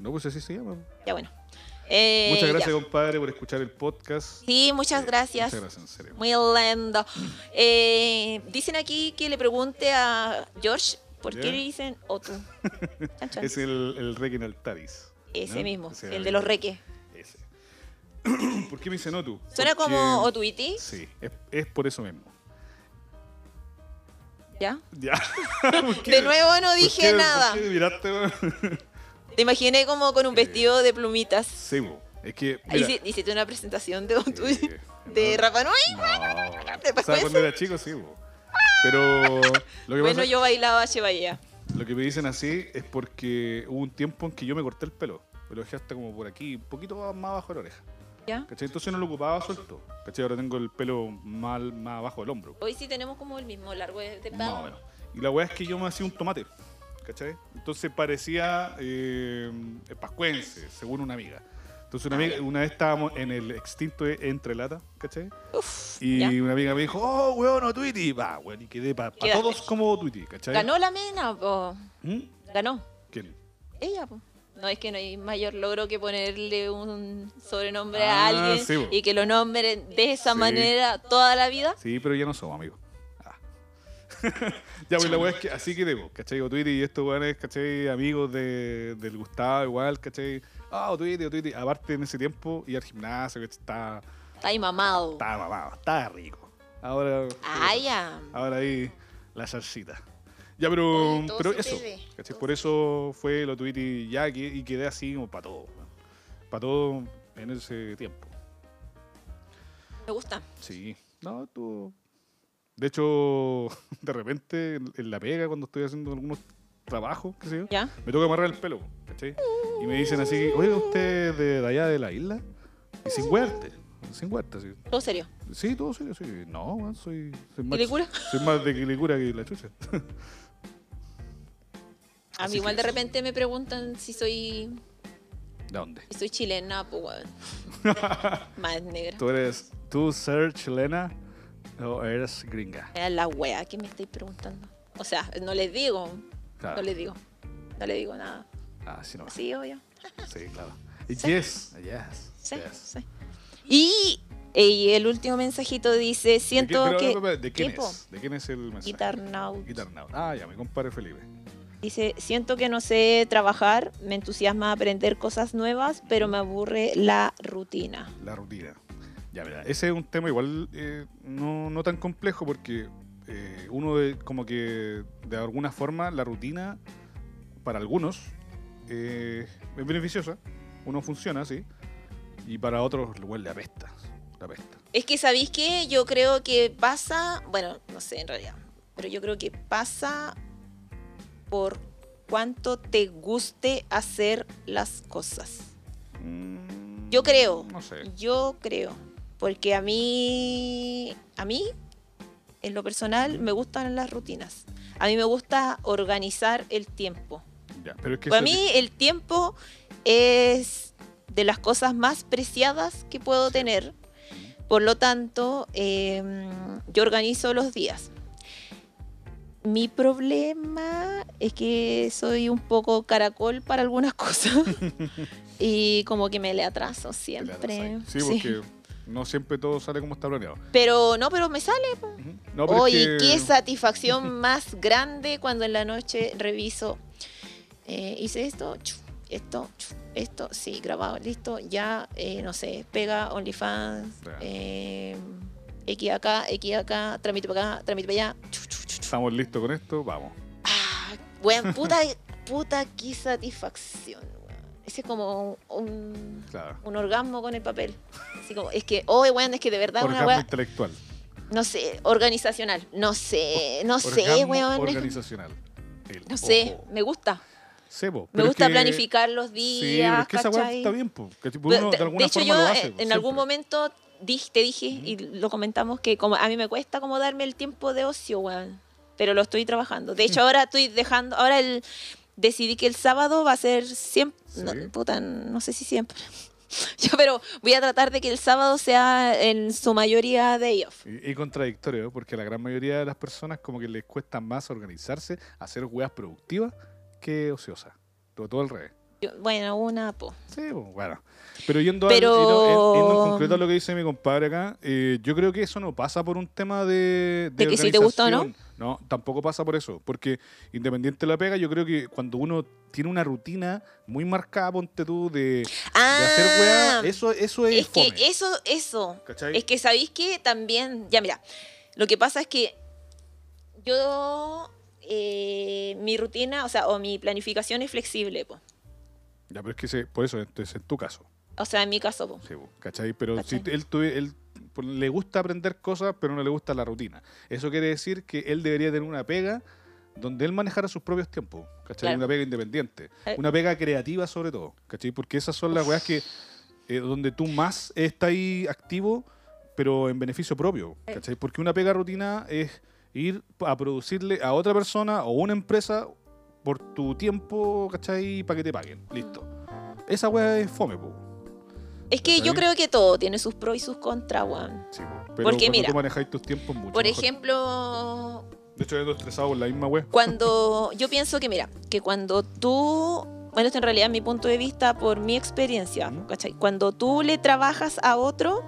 S1: no, pues así se llama.
S2: Ya bueno. Eh,
S1: Muchas gracias,
S2: ya.
S1: compadre, por escuchar el podcast.
S2: Sí, muchas
S1: Eh,
S2: gracias.
S1: Muchas gracias, en serio.
S2: Muy lindo. Eh, dicen aquí que le pregunte a George por qué
S1: Ya.
S2: le dicen Otu. Chan, chan.
S1: Es el, el Requin Altaris.
S2: Ese
S1: ¿no?
S2: mismo,
S1: Ese
S2: el de los
S1: Agrio.
S2: reques.
S1: Ese. ¿Por qué me dicen Otu?
S2: Suena
S1: Porque-
S2: como Otuiti,
S1: Sí, es, es por eso mismo.
S2: ¿ya?
S1: Ya. ¿Por qué?
S2: De nuevo no
S1: ¿Por
S2: dije
S1: qué- por
S2: nada.
S1: qué me miraste, weón?
S2: Te imaginé como con un vestido de plumitas.
S1: Sí, bo. es que.
S2: Ahí
S1: mira,
S2: sí- hiciste una presentación de Otuiti.
S1: eh,
S2: De
S1: no,
S2: Rapa Nui.
S1: No.
S2: ¿Te
S1: O sea,
S2: pasó
S1: cuando
S2: eso?
S1: era chico, sí, bo. Pero lo que,
S2: Bueno,
S1: pasa-
S2: yo bailaba Chevallea.
S1: lo que me dicen así es porque hubo un tiempo en que yo me corté el pelo. Me lo dejé hasta como por aquí, un poquito más abajo de la oreja.
S2: ¿Ya?
S1: ¿Cachai? Entonces no lo ocupaba suelto. ¿Cachai? Ahora tengo el pelo mal, más abajo del hombro.
S2: Hoy sí tenemos como el mismo largo de, de
S1: Más o menos. Y la weá es que yo me hacía un tomate, ¿cachai? Entonces parecía eh, pascuense, según una amiga. Entonces
S2: Ah,
S1: una, amiga- una vez estábamos en el extinto e- entre lata, ¿cachai?
S2: Uf,
S1: Y
S2: ya.
S1: una amiga me dijo, oh, weón, no Twitty. Va, weón, y quedé para
S2: Quedaste.
S1: todos como Twitty, ¿cachai?
S2: Ganó la mena, po.
S1: ¿Mm?
S2: Ganó.
S1: ¿Quién?
S2: Ella, po. No es que no hay mayor logro que ponerle un sobrenombre
S1: Ah,
S2: a alguien
S1: sí, po.
S2: y que lo nombren de esa
S1: Sí.
S2: manera toda la vida.
S1: Sí, pero ya no somos amigos. Ah. ya, pues la weá es que así que debo, ¿cachai? O Twitty y estos weones, ¿cachai? Amigos de, del Gustavo, igual, ¿cachai? Ah, o Twitty, o Twitty. Aparte en ese tiempo, ir al gimnasio, que está...
S2: Está ahí mamado.
S1: Estaba mamado, estaba rico. Ahora.
S2: Ah, ya.
S1: Ahora ahí la salsita. Ya, pero,
S2: Oye, todo
S1: pero
S2: se
S1: eso.
S2: puede,
S1: ¿cachai?
S2: todo
S1: Por eso fue lo tuit y ya que- y quedé así como para todo. Para todo en ese tiempo.
S2: Me gusta.
S1: Sí. No, tú. De hecho, de repente en, en la pega, cuando estoy haciendo algunos trabajos, qué sé yo,
S2: ¿Ya?
S1: me toca amarrar el pelo, ¿cachai? Y me dicen así, oiga, usted de, de allá de la isla. Y sin huerte. Sin huerte, así.
S2: Todo serio.
S1: Sí, todo serio, sí. No, weón, soy, soy más.
S2: ¿Quilicura?
S1: Soy más de Quilicura que la chucha.
S2: A
S1: Así
S2: mí igual
S1: que
S2: de
S1: eso.
S2: repente me preguntan si soy,
S1: ¿De dónde?
S2: si soy chilena, pues weón. Más negra.
S1: ¿Tú eres tú ser chilena o eres gringa?
S2: Me da la wea que me estáis preguntando. O sea, no les digo.
S1: Claro.
S2: No les digo. No les digo nada.
S1: Ah, sí, no. Sí,
S2: Sí, obvio.
S1: claro. Yes, yes.
S2: Sí,
S1: yes.
S2: sí. Y, y el último mensajito dice,
S1: ¿De, qué-
S2: siento
S1: pero,
S2: que...
S1: pero, pero, ¿de quién
S2: ¿Qué, po?
S1: es? ¿De quién es el mensaje?
S2: Guitarnaut.
S1: Guitarnao. Ah, ya, mi compadre Felipe.
S2: Dice, siento que no sé trabajar, me entusiasma aprender cosas nuevas, pero me aburre la rutina.
S1: La rutina. Ya, mira, ese es un tema igual eh, no, no tan complejo porque eh, uno de- como que de alguna forma la rutina para algunos eh, es beneficiosa, uno funciona así, y para otros igual le apesta, le apesta.
S2: Es que, ¿sabéis qué? Yo creo que pasa, bueno, no sé en realidad, pero yo creo que pasa por cuánto te guste hacer las cosas.
S1: Mm,
S2: Yo creo.
S1: No sé.
S2: Yo creo, porque a mí, a mí en lo personal, me gustan las rutinas. A mí me gusta organizar el tiempo.
S1: Ya, pero es que
S2: Para
S1: eso-
S2: mí el tiempo es de las cosas más preciadas que puedo tener. Por lo tanto, eh, yo organizo los días. Mi problema es que soy un poco caracol para algunas cosas y como que me le atraso
S1: te la das
S2: siempre.
S1: ahí. Sí,
S2: Sí.
S1: porque no siempre todo sale como está planeado.
S2: Pero no, pero me sale.
S1: Ujú. No, pero es
S2: Oye,
S1: que-
S2: qué satisfacción más grande cuando en la noche reviso. eh, hice esto, chu, esto, chu, esto, sí, grabado, listo, ya, eh, no sé, pega OnlyFans,
S1: Ya.
S2: eh, X acá, X acá, trámite para acá, trámite para allá. chu, chu, chu, chu.
S1: Estamos listos con esto, vamos.
S2: Ah, weón, puta, puta, qué satisfacción. weón. Ese es como un,
S1: Claro.
S2: un orgasmo con el papel. Así como, es que, oh, weón, es que de verdad es una
S1: Orgasmo
S2: weá
S1: intelectual.
S2: no sé, organizacional, no sé, no sé,
S1: Orgasmo
S2: weón.
S1: Organizacional. El
S2: No sé,
S1: ojo.
S2: me gusta.
S1: Sebo.
S2: Me
S1: Pero es
S2: gusta
S1: que-
S2: planificar los
S1: Sí, pero
S2: días,
S1: es que esa weá
S2: ¿cachai?
S1: está bien, po, que tipo,
S2: Pero
S1: uno
S2: te-
S1: de
S2: de,
S1: alguna
S2: hecho,
S1: forma
S2: yo
S1: lo
S2: eh,
S1: hace, po,
S2: en
S1: siempre.
S2: algún momento dij- te dije y lo comentamos que como a mí me cuesta como darme el tiempo de ocio, weón. Pero lo estoy trabajando. De hecho, ahora estoy dejando, ahora el, decidí que el sábado va a ser siempre, no,
S1: Sí.
S2: puta, no sé si siempre. Yo, pero voy a tratar de que el sábado sea en su mayoría day off.
S1: Y, y contradictorio, ¿eh? porque a la gran mayoría de las personas como que les cuesta más organizarse, hacer weas productivas que ociosas. Todo, todo al revés.
S2: Yo- bueno, una, po.
S1: Sí, pues, bueno. Pero yendo, al-
S2: Pero-
S1: yendo- yendo en concreto a lo que dice mi compadre acá, eh, yo creo que eso no pasa por un tema de.
S2: De que si te gusta o no.
S1: organización. No, tampoco pasa por eso. Porque independiente de la pega, yo creo que cuando uno tiene una rutina muy marcada, ponte tú, de, de hacer
S2: Ah,
S1: weas, eso, eso es.
S2: Es que
S1: fome,
S2: eso, eso.
S1: ¿cachai?
S2: Es que sabéis que también, ya mira, lo que pasa es que yo, eh, mi rutina, o sea, o mi planificación es flexible, po.
S1: Ya, pero es que se- por eso, entonces, en tu caso.
S2: o sea, en mi caso, po.
S1: Sí, po, ¿cachai? Pero si
S2: ¿Cachai?
S1: él, tuve- él por- le gusta aprender cosas, pero no le gusta la rutina. Eso quiere decir que él debería tener una pega donde él manejara sus propios tiempos, ¿cachai?
S2: Claro.
S1: Una pega independiente.
S2: Eh.
S1: Una pega creativa sobre todo, ¿cachai? Porque esas son las weas que eh, donde tú más estás ahí activo, pero en beneficio propio,
S2: Eh.
S1: ¿cachai? Porque una pega rutina es ir a producirle a otra persona o una empresa por tu tiempo, ¿cachai? Para que te paguen, listo. Esa wea es fome, po.
S2: Es que yo
S1: ¿Cachai?
S2: creo que todo tiene sus pros y sus contras, weón.
S1: Sí, po. pero
S2: Porque
S1: cuando
S2: mira,
S1: tú manejáis tus tiempos mucho.
S2: Por
S1: mejor.
S2: ejemplo,
S1: De hecho, yo ando estresado con la misma web.
S2: cuando yo pienso que mira que cuando tú bueno esto en realidad es mi punto de vista por mi experiencia
S1: Ujú.
S2: ¿cachai? cuando tú le trabajas a otro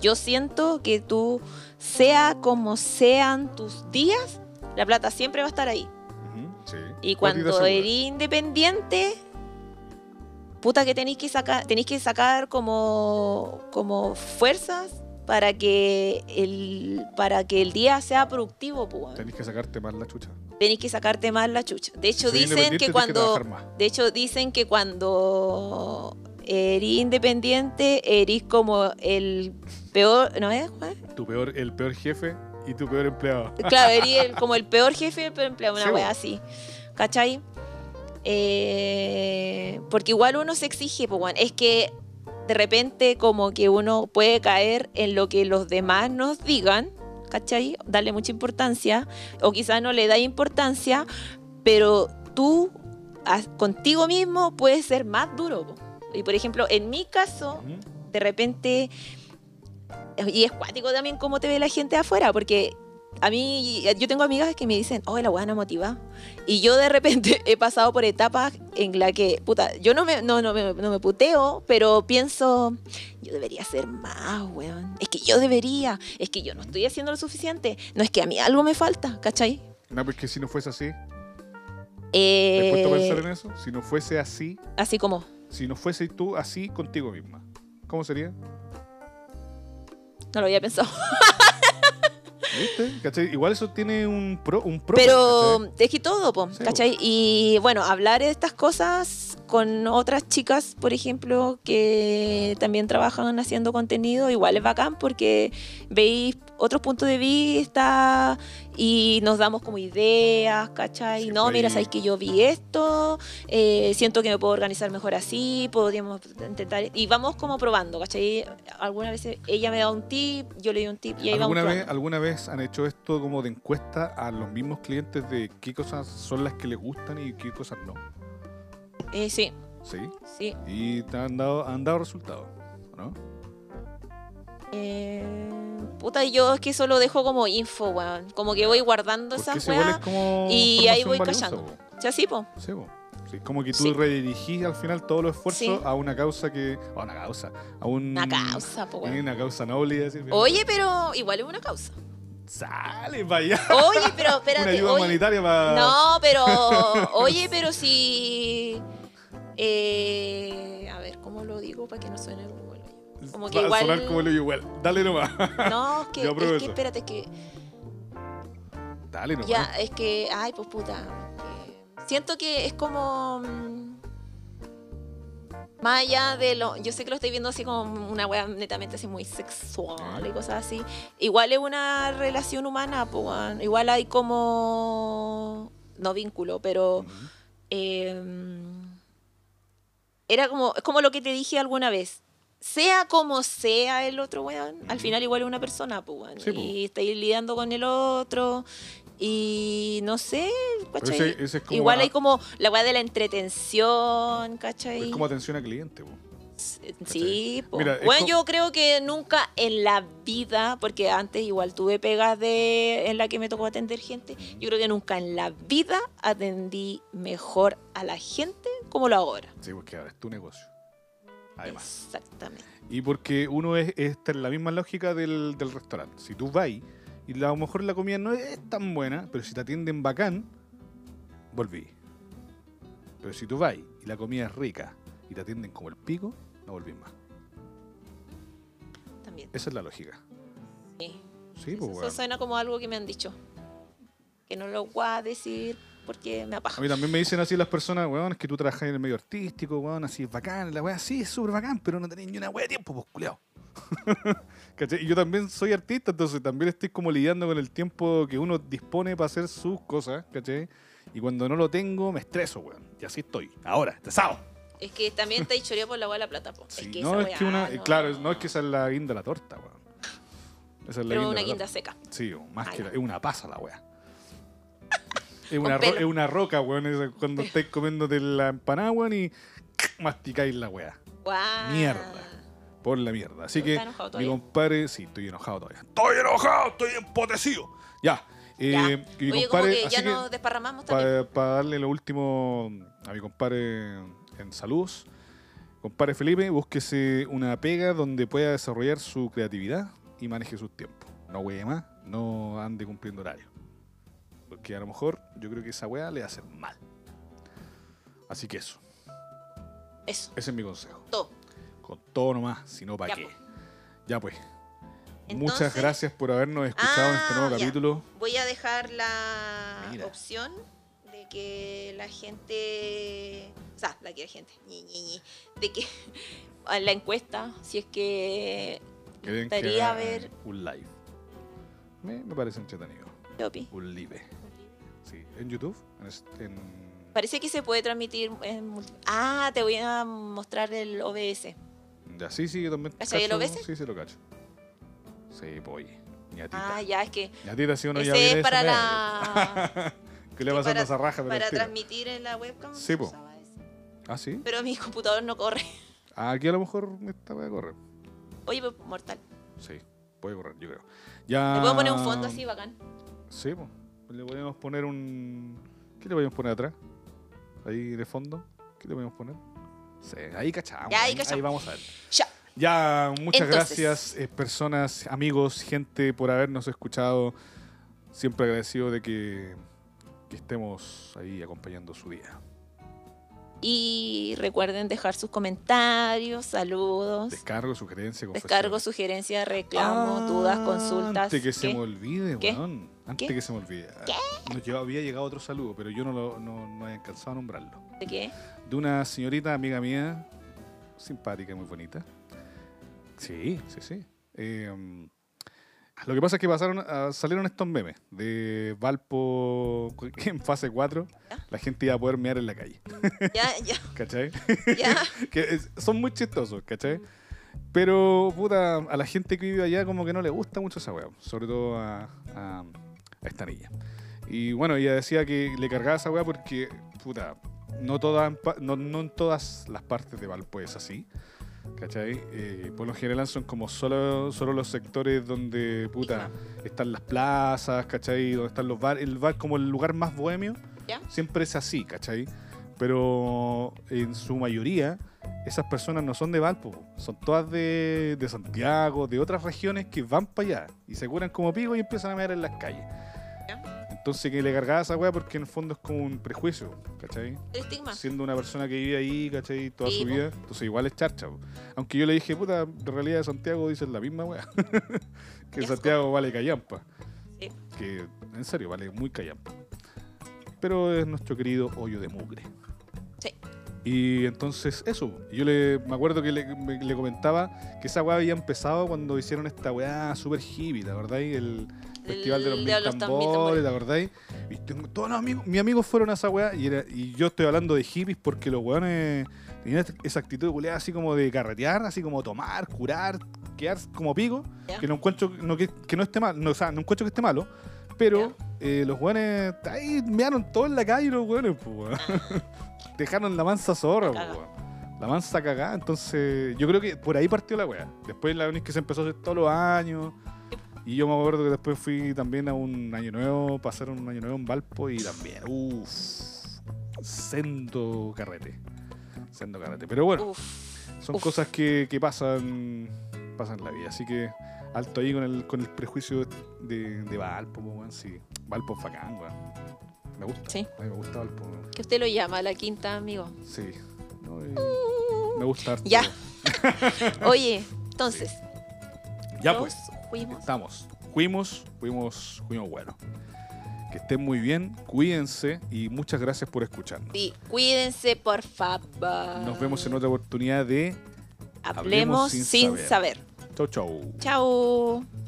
S2: yo siento que tú sea como sean tus días la plata siempre va a estar ahí
S1: Sí. Cuática
S2: y cuando
S1: segura.
S2: eres independiente, puta que tenéis que sacar, tenéis que sacar como, como fuerzas para que el para que el día sea productivo, pues. weón.
S1: Tenés que sacarte más la chucha.
S2: Tenéis que sacarte más la chucha. De hecho
S1: Soy
S2: dicen
S1: independiente, tenés
S2: que cuando
S1: trabajar más.
S2: de hecho dicen que cuando eres independiente eres como el peor, ¿no es? Juan?
S1: Tu peor, el peor jefe y tu peor empleado.
S2: Claro, erí el- como el peor jefe, pero empleado, una
S1: Sí,
S2: wea
S1: bo.
S2: así. ¿Cachai? Eh, porque igual uno se exige, pues, weón. Es que de repente, como que uno puede caer en lo que los demás nos digan, ¿cachai? Darle mucha importancia, o quizás no le da importancia, pero tú as- contigo mismo puedes ser más duro. po. Y por ejemplo, en mi caso,
S1: Ujú.
S2: de repente. eh, Y es cuático también cómo te ve la gente afuera, porque a mí, eh, yo tengo amigas que me dicen, oh, la buena motiva. Y yo de repente he pasado por etapas en la que, puta, yo no me, no, no me, no me puteo, pero pienso, yo debería hacer más, weón. Es que yo debería, es que yo no estoy haciendo lo suficiente. No es que a mí algo me falta, ¿cachai?
S1: No, porque pues si no fuese así, ¿te has
S2: Eh,
S1: puesto a pensar en eso? Si no fuese así,
S2: así como,
S1: si no fuese tú así contigo misma, ¿cómo sería?
S2: no lo había pensado.
S1: ¿Viste? ¿Cachai? Igual eso tiene un pro, un pro.
S2: Pero
S1: ¿cachai?
S2: es que todo, po,
S1: Sí, po.
S2: ¿cachai? Y bueno, hablar de estas cosas con otras chicas, por ejemplo, que también trabajan haciendo contenido, igual es bacán porque veis otros puntos de vista y nos damos como ideas, ¿cachai?
S1: Siempre
S2: no, mira,
S1: hay-
S2: sabéis que yo vi esto, eh, siento que me puedo organizar mejor así, podríamos intentar... Y vamos como probando, ¿cachai? Algunas veces ella me da un tip, yo le doy un tip y ahí vamos
S1: ¿Alguna vez,
S2: probando.
S1: ¿Alguna vez han hecho esto como de encuesta a los mismos clientes de qué cosas son las que les gustan y qué cosas no?
S2: Eh, sí,
S1: ¿Sí?
S2: sí.
S1: Y te han dado, han dado resultados, ¿no?
S2: Eh, puta, yo es que eso lo dejo como info, weón. Como que voy guardando
S1: Porque
S2: esas
S1: ese igual es
S2: weas.
S1: como
S2: y ahí voy
S1: información
S2: callando.
S1: valiosa,
S2: Ya sí, po.
S1: po. Sí, po. Sí, como que tú
S2: Sí.
S1: redirigís al final todos los esfuerzos
S2: Sí.
S1: a una causa que. A una causa. A un,
S2: Una causa, po, weón.
S1: Una causa noble. Decir, mira,
S2: Oye, pero igual es una causa.
S1: Sale para allá.
S2: Oye, pero
S1: Una
S2: espérate.
S1: ayuda
S2: Oye,
S1: humanitaria para.
S2: no, pero. Oye, pero si. eh, a ver, ¿cómo lo digo para que no suene como el hoyo? como que
S1: va a
S2: igual-
S1: sonar como lo igual. Dale nomás.
S2: No, es que,
S1: Yo apruebo
S2: es que
S1: eso.
S2: espérate, es que.
S1: Dale nomás.
S2: Ya, es que. Ay, pues puta. que siento que es como. mm, Más allá de lo. Yo sé que lo estoy viendo así como una wea netamente así muy sexual y cosas así. Igual es una relación humana, pues, weón. Igual hay como. No vínculo, pero.
S1: Ujú.
S2: eh, era como. Es como lo que te dije alguna vez. Sea como sea el otro weón, al
S1: Ujú.
S2: final igual es una persona, pues, weón.
S1: Sí, pues.
S2: y estáis lidiando con el otro. Y no sé,
S1: Pero
S2: ¿cachai?
S1: ese- ese es como
S2: Igual
S1: una-
S2: hay como la weá de la entretención, ¿cachai?
S1: Es como atención a cliente, po.
S2: Sí, po.
S1: Mira, es
S2: bueno,
S1: co-
S2: yo creo que nunca en la vida, porque antes igual tuve pegas de en la que me tocó atender gente, yo creo que nunca en la vida atendí mejor a la gente como lo hago ahora.
S1: Sí, porque ahora es tu negocio. Además.
S2: Exactamente.
S1: Y porque uno es, esta es la misma lógica del, del restaurante. Si tú vas y la- a lo mejor la comida no es tan buena, pero si te atienden bacán, volví. Pero si tú vas y la comida es rica y te atienden como el pico, no volvís más.
S2: También.
S1: Esa es la lógica.
S2: sí.
S1: Eh, Sí,
S2: Eso,
S1: pues weón.
S2: suena como algo que me han dicho. Que no lo voy a decir porque me
S1: A
S2: apaja.
S1: mí también me dicen así las personas, weón, es que tú trabajas en el medio artístico, weón, así es bacán, la weá, sí, es súper bacán, pero no tenés ni una weá de tiempo, pues culiao. ¿Cachai? Y yo también soy artista, entonces también estoy como lidiando con el tiempo que uno dispone para hacer sus cosas, ¿cachai? Y cuando no lo tengo, me estreso, weón. Y así estoy. Ahora, estresado.
S2: Es que también te choreado por la hueá de la plata, po.
S1: Sí,
S2: es que
S1: no,
S2: esa
S1: es que
S2: weá,
S1: una.
S2: no.
S1: Claro, no es que esa es la guinda de la torta, weón. Esa es la
S2: Pero
S1: guinda de
S2: una
S1: la
S2: guinda
S1: torta.
S2: seca.
S1: Sí, weón, más
S2: Ah,
S1: que
S2: ya.
S1: la- es una pasa la weá. Es una, ro-
S2: pelo.
S1: es una roca, weón, esa- cuando estáis comiéndote la empanada, weón, y masticáis la weá.
S2: Guau.
S1: Mierda. Por la mierda. Así
S2: ¿Pero
S1: que,
S2: está enojado
S1: mi
S2: todavía?
S1: compadre, sí, estoy enojado todavía. Estoy enojado, estoy empotecido. Ya. Eh,
S2: Ya.
S1: y mi
S2: Oye, como
S1: compadre,
S2: que ya
S1: así que,
S2: nos desparramamos también.
S1: para darle lo último a mi compadre en saludos. Compadre Felipe, búsquese una pega donde pueda desarrollar su creatividad y maneje sus tiempos. No hueye más, no ande cumpliendo horario. Porque a lo mejor yo creo que esa wea le hace mal. Así que eso,
S2: Eso,
S1: ese es mi consejo.
S2: todo.
S1: Con todo nomás, si no, ¿para
S2: Ya,
S1: qué?
S2: pues.
S1: Ya pues. Muchas
S2: Entonces-
S1: gracias por habernos escuchado en este
S2: Ah,
S1: nuevo
S2: ya.
S1: capítulo.
S2: Voy a dejar la
S1: Mira.
S2: opción de que la gente, o sea, la que la gente, ñi, ñi, ñi, de que a la encuesta, si es que
S1: Creen
S2: gustaría
S1: haga
S2: ver,
S1: un live. Me, me parece entretenido.
S2: Lopi,
S1: Un live. Sí, en YouTube. En, es- en-
S2: parece que se puede transmitir en multi- Ah, te voy a mostrar el OBS.
S1: Ya, sí, sí, yo también.
S2: ¿Cachai el
S1: cacho-
S2: OBS?
S1: Sí, sí, lo cacho. Sí, voy. Ni a tita.
S2: Ah, ya es que
S1: Ni a tita, si uno ya
S2: ese
S1: viene
S2: es para
S1: esa
S2: la
S1: media. ¿Qué le va a hacer
S2: para-
S1: esa raja? pero
S2: para
S1: al tiro?
S2: transmitir en la webcam.
S1: Sí,
S2: se
S1: po.
S2: usaba ese.
S1: Ah, sí. Ah,
S2: Pero mi computador no corre.
S1: Aquí a lo mejor esta puede correr.
S2: Oye, pues, mortal.
S1: Sí, puede correr, yo creo. Ya.
S2: Le puedo poner un fondo así bacán.
S1: Sí, po. le podemos poner un. ¿Qué le podemos poner atrás? Ahí de fondo. ¿Qué le podemos poner? Sí, ahí cachamos.
S2: Ya, ahí
S1: ahí,
S2: cachamos.
S1: ahí vamos a ver.
S2: Ya.
S1: Ya, muchas
S2: Entonces.
S1: gracias, eh, personas, amigos, gente, por habernos escuchado. Siempre agradecido de que, que estemos ahí acompañando su día.
S2: Y recuerden dejar sus comentarios, saludos,
S1: Descargo, sugerencia, confesión.
S2: descargos, Ah,
S1: Ah,
S2: sugerencias, reclamos, dudas, consultas.
S1: Antes que se
S2: ¿Qué?
S1: me olvide,
S2: ¿Qué?
S1: weón. Antes
S2: ¿Qué?
S1: que se me olvide.
S2: ¿Qué?
S1: nos llevaba- había llegado otro saludo, pero yo no, lo, no, no he alcanzado a nombrarlo.
S2: ¿De qué?
S1: De una señorita amiga mía, simpática, muy bonita. Sí, sí, sí. Eh, lo que pasa es que pasaron, ah, salieron estos memes de Valpo que en fase 4.
S2: ¿Ya?
S1: La gente iba a poder mear en la calle,
S2: Ya, ya,
S1: ¿cachai?
S2: ya.
S1: que es- son muy chistosos, ¿cachai? Pero, puta, a la gente que vive allá como que no le gusta mucho esa weá, sobre todo a, a- a esta niña. Y bueno, ella decía que le cargaba esa weá porque, puta, no, toda, en pa- no, no en todas las partes de Valpo es así, ¿cachai? Eh, por lo general son como solo, solo los sectores donde, puta, están las plazas, ¿cachai? Donde están los bares, el bar como el lugar más bohemio,
S2: Ya.
S1: siempre es así, ¿cachai? Pero en su mayoría, esas personas no son de Valpo, po. son todas de, de Santiago, de otras regiones que van para allá y se curan como pico y empiezan a mear en las calles. Entonces que le cargaba esa weá porque en el fondo es como un prejuicio, ¿cachai?
S2: El estigma.
S1: Siendo una persona que vive ahí, ¿cachai? Toda
S2: Ah. Sí,
S1: su
S2: po.
S1: vida, entonces igual es charcha. po. Aunque yo le dije, puta, en realidad de Santiago dicen la misma weá. que
S2: Qué
S1: Santiago vale callampa.
S2: Sí.
S1: Que en serio vale muy callampa. Pero es nuestro querido hoyo de mugre.
S2: Sí.
S1: Y entonces eso, yo le, me acuerdo que le, me- le comentaba que esa weá había empezado cuando hicieron esta weá super hippie, ¿te acordáis? El Festival de los
S2: El-
S1: Mil
S2: de los Tambores.
S1: Tambores, ¿te acordáis? Y tengo- todos los amigos, mis amigos fueron a esa weá y, era- y yo estoy hablando de hippies porque los weones tenían esta- esa actitud culiada así como de carretear, así como tomar, curar, quedar como pico,
S2: Ya.
S1: que no encuentro no, que, que no esté mal, no, o sea, no encuentro que esté malo, pero eh, los weones ahí mearon todo en la calle los weones, pues weón. Dejaron la mansa zorra,
S2: La
S1: pues,
S2: caga.
S1: weón. La mansa cagada, entonces yo creo que por ahí partió la weá. Después la verdad es que se empezó a hacer todos los años. Y yo me acuerdo que después fui también a un año nuevo, pasaron un año nuevo en Valpo y también, uff, sendo carrete. Sendo carrete. Pero bueno,
S2: Uf.
S1: son
S2: uf.
S1: cosas que, que pasan pasan en la vida. Así que alto ahí con el, con el prejuicio de, de Valpo, po, weón. Sí, Valpo es bacán, weón. Me gusta.
S2: Sí.
S1: A mí me gusta Valpo, weón.
S2: Que usted lo llama la quinta, amigo.
S1: Sí. No, eh, me gusta harto,
S2: Mm. Ya.
S1: weón.
S2: Oye, entonces,
S1: Ya
S2: todos
S1: pues.
S2: fuimos.
S1: Estamos. Fuimos, fuimos, fuimos bueno. Que estén muy bien, cuídense y muchas gracias por escucharnos.
S2: Sí, cuídense, por favor.
S1: Nos vemos en otra oportunidad de
S2: Hablemos
S1: Hablemos sin
S2: sin saber.
S1: Chau Chau.
S2: Chao.